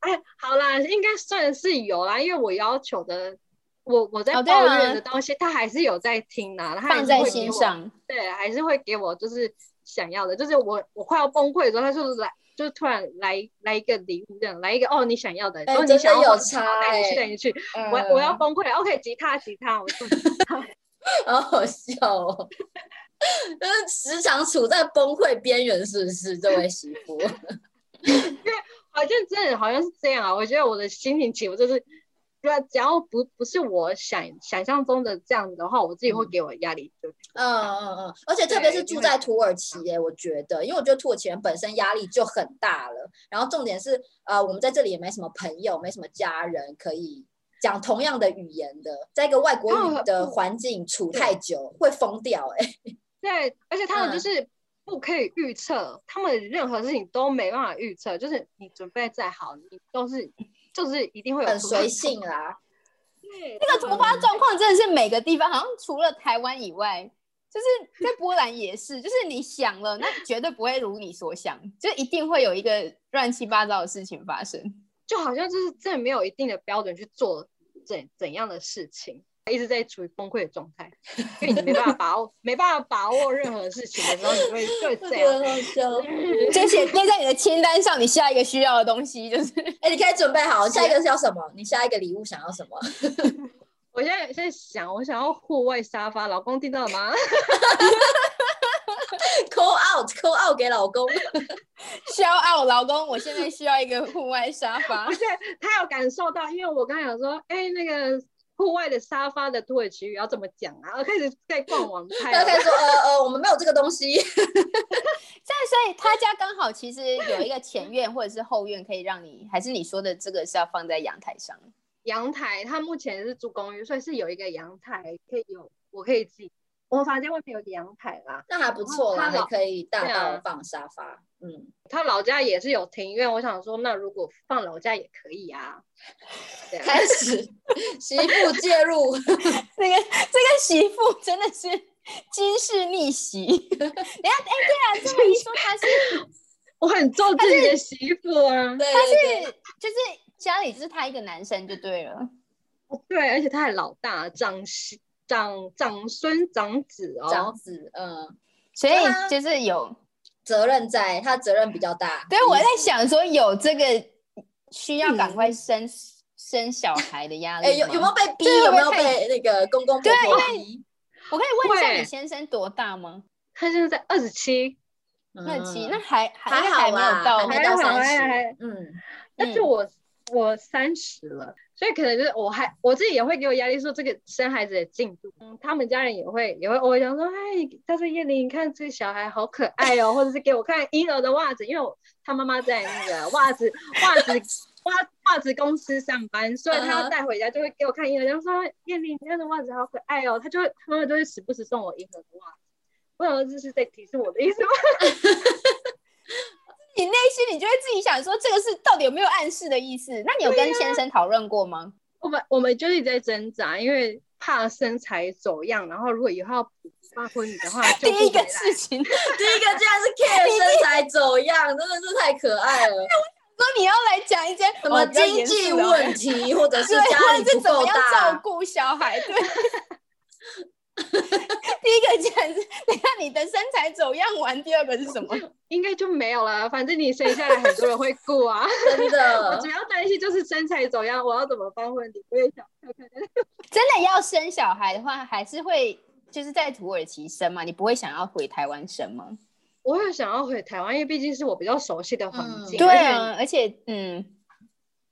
[SPEAKER 2] 哎，好啦，应该算是有啦，因为我要求的，我我在
[SPEAKER 1] 哦对
[SPEAKER 2] 抱
[SPEAKER 1] 啊
[SPEAKER 2] 怨的东西，他还是有在听啦，他还
[SPEAKER 1] 放
[SPEAKER 2] 是
[SPEAKER 1] 在
[SPEAKER 2] 会给
[SPEAKER 1] 心
[SPEAKER 2] 我
[SPEAKER 1] 上，
[SPEAKER 2] 对，还是会给我就是想要的，就是我我快要崩溃的时候，他就来，就是突然来来一个礼物这样，来一个哦你想要的，
[SPEAKER 3] 哎
[SPEAKER 2] 哦你
[SPEAKER 3] 真
[SPEAKER 2] 想
[SPEAKER 3] 的
[SPEAKER 2] 要
[SPEAKER 3] 有
[SPEAKER 2] 我
[SPEAKER 3] 差
[SPEAKER 2] 带你
[SPEAKER 3] 哎嗯
[SPEAKER 2] 去带你去，我我要崩溃了，OK 吉他吉他，我说
[SPEAKER 3] 好好笑哦！就是时常处在崩溃边缘，是不是？这位媳妇， (laughs)
[SPEAKER 2] 好像真的好像是这样啊。我觉得我的心情起伏就是，对啊，只要不不是我想想象中的这样子的话，我自己会给我压力就
[SPEAKER 3] 嗯嗯嗯，而且特别是住在土耳其耶，我觉得，因为我觉得土耳其人本身压力就很大了，然后重点是，呃，我们在这里也没什么朋友，没什么家人可以讲同样的语言的，在一个外国
[SPEAKER 1] 哦
[SPEAKER 3] 语
[SPEAKER 1] 嗯
[SPEAKER 3] 的环境处太久会疯掉哎。
[SPEAKER 2] 对，而且他们
[SPEAKER 3] 嗯
[SPEAKER 2] 就是不可以预测，他们任何事情都没办法预测，就是你准备再好，你都是就是一定会有
[SPEAKER 3] 很
[SPEAKER 2] 突
[SPEAKER 1] (laughs)
[SPEAKER 2] 发
[SPEAKER 3] 随性啊啦，
[SPEAKER 2] 对，
[SPEAKER 1] 那个突发状况真的是每个地方，好像除了台湾以外，就是在波兰也是，就是你想了，那绝对不会如你所想，就一定会有一个乱七八糟的事情发生。
[SPEAKER 2] 就好像就是真的没有一定的标准去做怎怎样的事情，一直在处于崩溃的状态，因为你没办法把握，没办法把握任何事情的时候，你会就会
[SPEAKER 1] 啊
[SPEAKER 2] 这样。
[SPEAKER 3] 好笑。
[SPEAKER 1] 就写列在你的清单上，你下一个需要的东西就是 (laughs)
[SPEAKER 3] 哎，你可以准备好，下一个是要什么？你下一个礼物想要什么？ (laughs)
[SPEAKER 2] 我现在现在想，我想要户外沙发，老公订到了吗？ (laughs)
[SPEAKER 3] call out call out 给老公，
[SPEAKER 1] 需要啊，我老公，我现在需要一个户外沙发
[SPEAKER 2] 而。且他有感受到，因为我刚才有说，哎、那个户外的沙发的土耳其语要怎么讲啊？ (laughs) 我开始在逛网拍
[SPEAKER 3] 他
[SPEAKER 2] 了，
[SPEAKER 3] 可以说呃呃，我们没有这个东西。
[SPEAKER 1] 但所以他家刚好其实有一个前院或者是后院，可以让你，还是你说的这个是要放在阳台上。
[SPEAKER 2] 阳台，他目前是住公寓，所以是有一个阳台，可以有我可以自己，我房间外面有一个阳台啦。
[SPEAKER 3] 那还不错
[SPEAKER 1] 哦
[SPEAKER 3] 啦，
[SPEAKER 2] 他
[SPEAKER 3] 还
[SPEAKER 2] 老
[SPEAKER 3] 可以大
[SPEAKER 2] 对啊
[SPEAKER 3] 到放沙发。嗯，
[SPEAKER 2] 他老家也是有庭院，我想说，那如果放老家也可以啊。对
[SPEAKER 3] (laughs)
[SPEAKER 2] 啊，
[SPEAKER 3] 开始媳妇介入，
[SPEAKER 1] (laughs) 那个这个媳妇真的是金氏逆袭。 (laughs) 等一下，哎、对啊，这么一说，她是
[SPEAKER 2] 我很做自己的媳妇啊。
[SPEAKER 3] 对对
[SPEAKER 1] 是就是家里就是她一个男生就对了。
[SPEAKER 2] (laughs) 对，而且他还老大，长媳长长孙长子
[SPEAKER 3] 对，长
[SPEAKER 2] 哦。
[SPEAKER 3] 子，嗯，
[SPEAKER 1] 所以
[SPEAKER 3] 对啊
[SPEAKER 1] 就是有，
[SPEAKER 3] 责任在，他责任比较大。嗯
[SPEAKER 1] 对我在想说有这个需要赶快生、生小孩的压力
[SPEAKER 3] 哎，
[SPEAKER 1] 吗。
[SPEAKER 3] 有有没有被逼？
[SPEAKER 1] 这
[SPEAKER 3] 有
[SPEAKER 1] 会不会
[SPEAKER 3] 没有
[SPEAKER 1] 太
[SPEAKER 3] 被那个公公婆
[SPEAKER 1] 对因
[SPEAKER 3] 婆
[SPEAKER 1] 为
[SPEAKER 3] 逼？
[SPEAKER 1] 我可以问一下
[SPEAKER 2] 会
[SPEAKER 1] 你先生多大吗？
[SPEAKER 2] 他现在在二十七，
[SPEAKER 1] 二七，那
[SPEAKER 3] 嗯
[SPEAKER 1] 还还
[SPEAKER 3] 还
[SPEAKER 1] 应该
[SPEAKER 3] 好
[SPEAKER 1] 还没有
[SPEAKER 3] 啦，
[SPEAKER 1] 到，
[SPEAKER 3] 还没
[SPEAKER 2] 还好
[SPEAKER 3] 到三
[SPEAKER 2] 还好
[SPEAKER 3] 十
[SPEAKER 2] 还。
[SPEAKER 3] 嗯， (laughs)
[SPEAKER 2] 但是
[SPEAKER 1] 嗯
[SPEAKER 2] 我、我三十了，所以可能就是我还我自己也会给我压力，说这个生孩子的进度，嗯，他们家人也会也会偶尔讲说，哎，他说叶玲，你看这个小孩好可爱哦，或者是给我看婴儿的袜子，因为我他妈妈在那个袜子袜子袜袜子公司上班，所以他
[SPEAKER 3] 嗯哼
[SPEAKER 2] 要带回家就会给我看婴儿，然后说叶玲，你看的袜子好可爱哦，他就会他们就会时不时送我婴儿的袜子。我想说这是在提示我的意思吗？
[SPEAKER 1] 你内心你就会自己想说这个是到底有没有暗示的意思？那你有跟先生讨论过 (laughs) 吗？
[SPEAKER 2] 我们我们就是在挣扎，因为怕身材走样，然后如果以后要补办婚礼的话，
[SPEAKER 1] 第
[SPEAKER 2] 就不
[SPEAKER 1] 一个
[SPEAKER 2] 回来
[SPEAKER 1] 事情， (laughs) 说
[SPEAKER 3] 第一个竟然是 care 身材走样，真的是太可爱了。
[SPEAKER 1] 你要来讲 (laughs) 一些哦
[SPEAKER 3] 什么经济问
[SPEAKER 1] 题，
[SPEAKER 3] 题，或者是
[SPEAKER 1] 对，
[SPEAKER 3] 家
[SPEAKER 1] 或
[SPEAKER 3] 里
[SPEAKER 1] 者 (laughs)
[SPEAKER 3] 不
[SPEAKER 1] 是怎么
[SPEAKER 3] 够
[SPEAKER 1] 样照
[SPEAKER 3] (laughs) 大，
[SPEAKER 1] 顾小孩，对。 (laughs) 第一个竟然是，等一下你的身材走样完，第二个是什么？
[SPEAKER 2] 应该就没有了。反正你生下来，很多人会
[SPEAKER 1] (laughs)
[SPEAKER 2] 顾啊。
[SPEAKER 3] 真
[SPEAKER 2] 我
[SPEAKER 1] 嗯
[SPEAKER 3] 的 (laughs)
[SPEAKER 2] 主。要担心就是身材走样，我要怎么办婚礼？我也想看看。
[SPEAKER 1] (laughs) 真的要生小孩的话，还是会就是在土耳其生嘛？你不会想要回台湾生吗？
[SPEAKER 2] 我有想要回台湾，因为毕竟是我比较熟悉的环境，
[SPEAKER 3] 对，
[SPEAKER 1] 啊，而且嗯，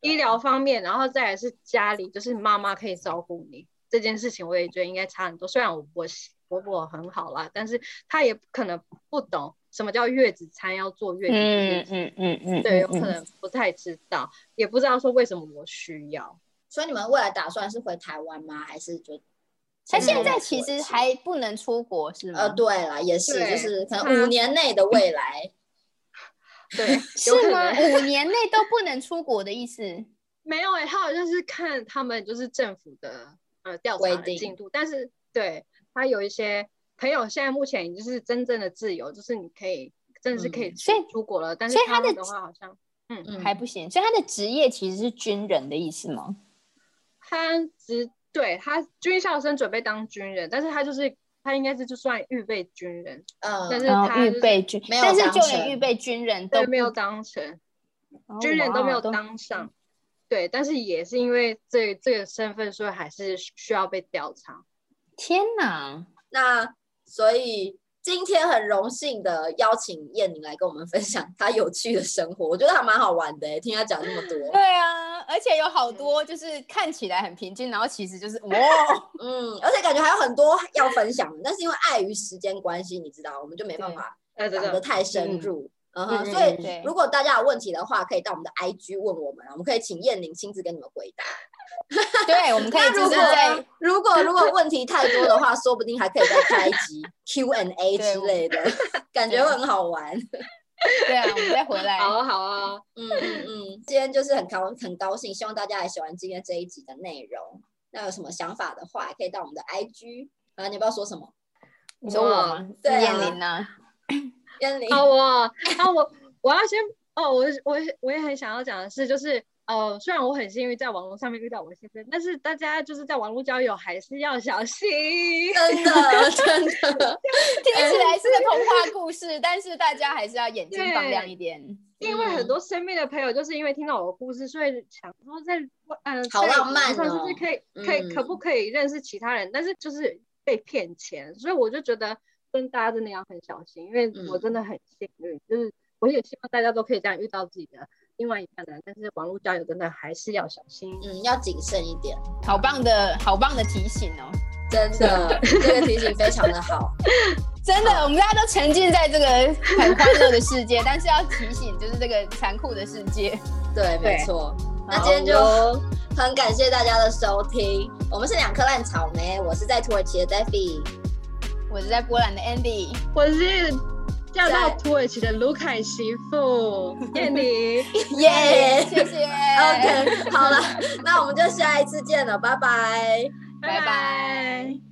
[SPEAKER 2] 医疗方面，然后再来是家里，就是妈妈可以照顾你这件事情，我也觉得应该差很多。虽然我我婆婆很好啦，但是她也可能不懂什么叫月子餐要做月子这
[SPEAKER 1] 嗯
[SPEAKER 2] 件事
[SPEAKER 1] 嗯嗯嗯，
[SPEAKER 2] 对，有
[SPEAKER 1] 嗯
[SPEAKER 2] 可能不太知道，也不知道说为什么我需要。
[SPEAKER 3] 所以你们未来打算是回台湾吗？还是就？
[SPEAKER 1] 他现
[SPEAKER 2] 嗯
[SPEAKER 1] 在其实还不能出国，是吗？
[SPEAKER 3] 呃，对了，也是，就
[SPEAKER 2] 对
[SPEAKER 3] 是可能
[SPEAKER 2] 他
[SPEAKER 3] 五年内的未
[SPEAKER 1] (laughs)
[SPEAKER 3] 来，
[SPEAKER 2] 对，有
[SPEAKER 1] 是
[SPEAKER 2] 可
[SPEAKER 1] 吗？
[SPEAKER 2] 能
[SPEAKER 1] 五年内都不能出国的意思？
[SPEAKER 2] 没有哎、他好像是看他们就是政府的呃调查
[SPEAKER 3] 规
[SPEAKER 2] 的
[SPEAKER 3] 定
[SPEAKER 2] 进度，但是对他有一些朋友现在目前已经是真正的自由，就是你可以真的是可以
[SPEAKER 3] 嗯
[SPEAKER 2] 出
[SPEAKER 1] 所以
[SPEAKER 2] 出国了，但是
[SPEAKER 1] 所以他
[SPEAKER 2] 他
[SPEAKER 1] 的
[SPEAKER 2] 们的话好像
[SPEAKER 3] 嗯，
[SPEAKER 1] 还不行，所以他的职业其实是军人的意思吗？
[SPEAKER 2] 他只对他军校生准备当军人，但是他就是他应该是就算预备军人，
[SPEAKER 3] 嗯，
[SPEAKER 2] 但是
[SPEAKER 1] 然后
[SPEAKER 2] 他
[SPEAKER 1] 哦预
[SPEAKER 2] 就是
[SPEAKER 1] 备军，
[SPEAKER 3] 没有
[SPEAKER 1] 但是
[SPEAKER 3] 当
[SPEAKER 1] 就
[SPEAKER 3] 成
[SPEAKER 1] 连预备军人都
[SPEAKER 2] 对，没有当成。
[SPEAKER 1] 哦
[SPEAKER 2] 军人都没
[SPEAKER 1] 哇
[SPEAKER 2] 有当上，对，但是也是因为这这个身份，所以还是需要被调查。
[SPEAKER 1] 天哪！
[SPEAKER 3] 那所以今天很荣幸的邀请燕宁来跟我们分享她有趣的生活，我觉得还蛮好玩的、欸，听她讲那么 (laughs) 多。
[SPEAKER 1] 对啊，而且有好多就是看起来很平静，然后其实就是哇，
[SPEAKER 3] 嗯，而且感觉还有很多要分享，但是因为碍于时间关系，你知道，我们就没办法
[SPEAKER 2] 哎，真
[SPEAKER 3] 讲
[SPEAKER 2] 的，
[SPEAKER 3] 得太深
[SPEAKER 1] 嗯
[SPEAKER 3] 入。嗯哼，
[SPEAKER 1] 嗯
[SPEAKER 3] 所以
[SPEAKER 1] 嗯对
[SPEAKER 3] 如果大家有问题的话，可以到我们的 IG 问我们，我们可以请燕宁亲自跟你们回答。
[SPEAKER 1] (laughs) 对，我们可以
[SPEAKER 3] 那
[SPEAKER 1] 就
[SPEAKER 3] 如
[SPEAKER 1] 是
[SPEAKER 3] 果
[SPEAKER 1] 在
[SPEAKER 3] 如果如果问题太多的话，说不定还可以再开一 (laughs) 集 Q&A
[SPEAKER 1] 对
[SPEAKER 3] 之
[SPEAKER 1] 我
[SPEAKER 3] 类的，感觉会很好玩。
[SPEAKER 1] 对啊，我们再回来。
[SPEAKER 2] 好啊好
[SPEAKER 3] (laughs)
[SPEAKER 2] 啊，
[SPEAKER 3] 嗯嗯嗯，今天就是很高很高兴，希望大家也喜欢今天这一集的内容。那有什么想法的话，也可以到我们的 IG。啊，你要不要说什么？
[SPEAKER 1] 你说我吗？
[SPEAKER 3] 对啊
[SPEAKER 1] 燕玲呢？
[SPEAKER 3] 燕玲，
[SPEAKER 2] 啊我啊我我要先哦，我我我也很想要讲的是，就是呃，虽然我很幸运在网络上面遇到我先生，但是大家就是在网络交友还是要小心。
[SPEAKER 3] 真的真的，
[SPEAKER 1] 听起来是个童话故事，但是大家还是要眼睛放亮一点。
[SPEAKER 2] 因为很
[SPEAKER 3] 嗯
[SPEAKER 2] 多身边的朋友就是因为听到我的故事，所以想说在嗯、呃，
[SPEAKER 3] 好
[SPEAKER 2] 在
[SPEAKER 3] 浪
[SPEAKER 2] 网
[SPEAKER 3] 漫
[SPEAKER 2] 上就
[SPEAKER 3] 哦嗯
[SPEAKER 2] 是可以可以、可不可以认识其他人，但是就是被骗钱，所以我就觉得跟大家真的要很小心，因为我
[SPEAKER 3] 嗯
[SPEAKER 2] 真的很幸运，就是我也希望大家都可以这样遇到自己的另外一半的人，但是网络交友真的还是要小心。
[SPEAKER 3] 嗯，要谨慎一点，
[SPEAKER 1] 好棒的，好棒的提醒哦！
[SPEAKER 3] 真
[SPEAKER 2] 啊
[SPEAKER 3] 的，这个提醒非常的
[SPEAKER 2] (laughs)
[SPEAKER 3] 好。
[SPEAKER 1] 真的，我们大家都沉浸在这个很欢乐的世界，但是要提醒，就是这个残酷的世界。
[SPEAKER 3] 对，没
[SPEAKER 2] 对
[SPEAKER 3] 错。那
[SPEAKER 2] 好哦
[SPEAKER 3] 今天就
[SPEAKER 2] 哟
[SPEAKER 3] 很感谢大家的收听，我们是两颗烂草莓，我是在土耳其的
[SPEAKER 2] (laughs)
[SPEAKER 3] Daffy，
[SPEAKER 1] 我是在波兰的 Andy，
[SPEAKER 2] 我是嫁到
[SPEAKER 3] 在
[SPEAKER 2] 土耳其的卢凯媳妇燕
[SPEAKER 3] (laughs)
[SPEAKER 2] 妮，
[SPEAKER 3] 耶、
[SPEAKER 1] 谢谢
[SPEAKER 3] OK，好了，那我们就下一次见了，拜拜。
[SPEAKER 1] 拜拜
[SPEAKER 2] 拜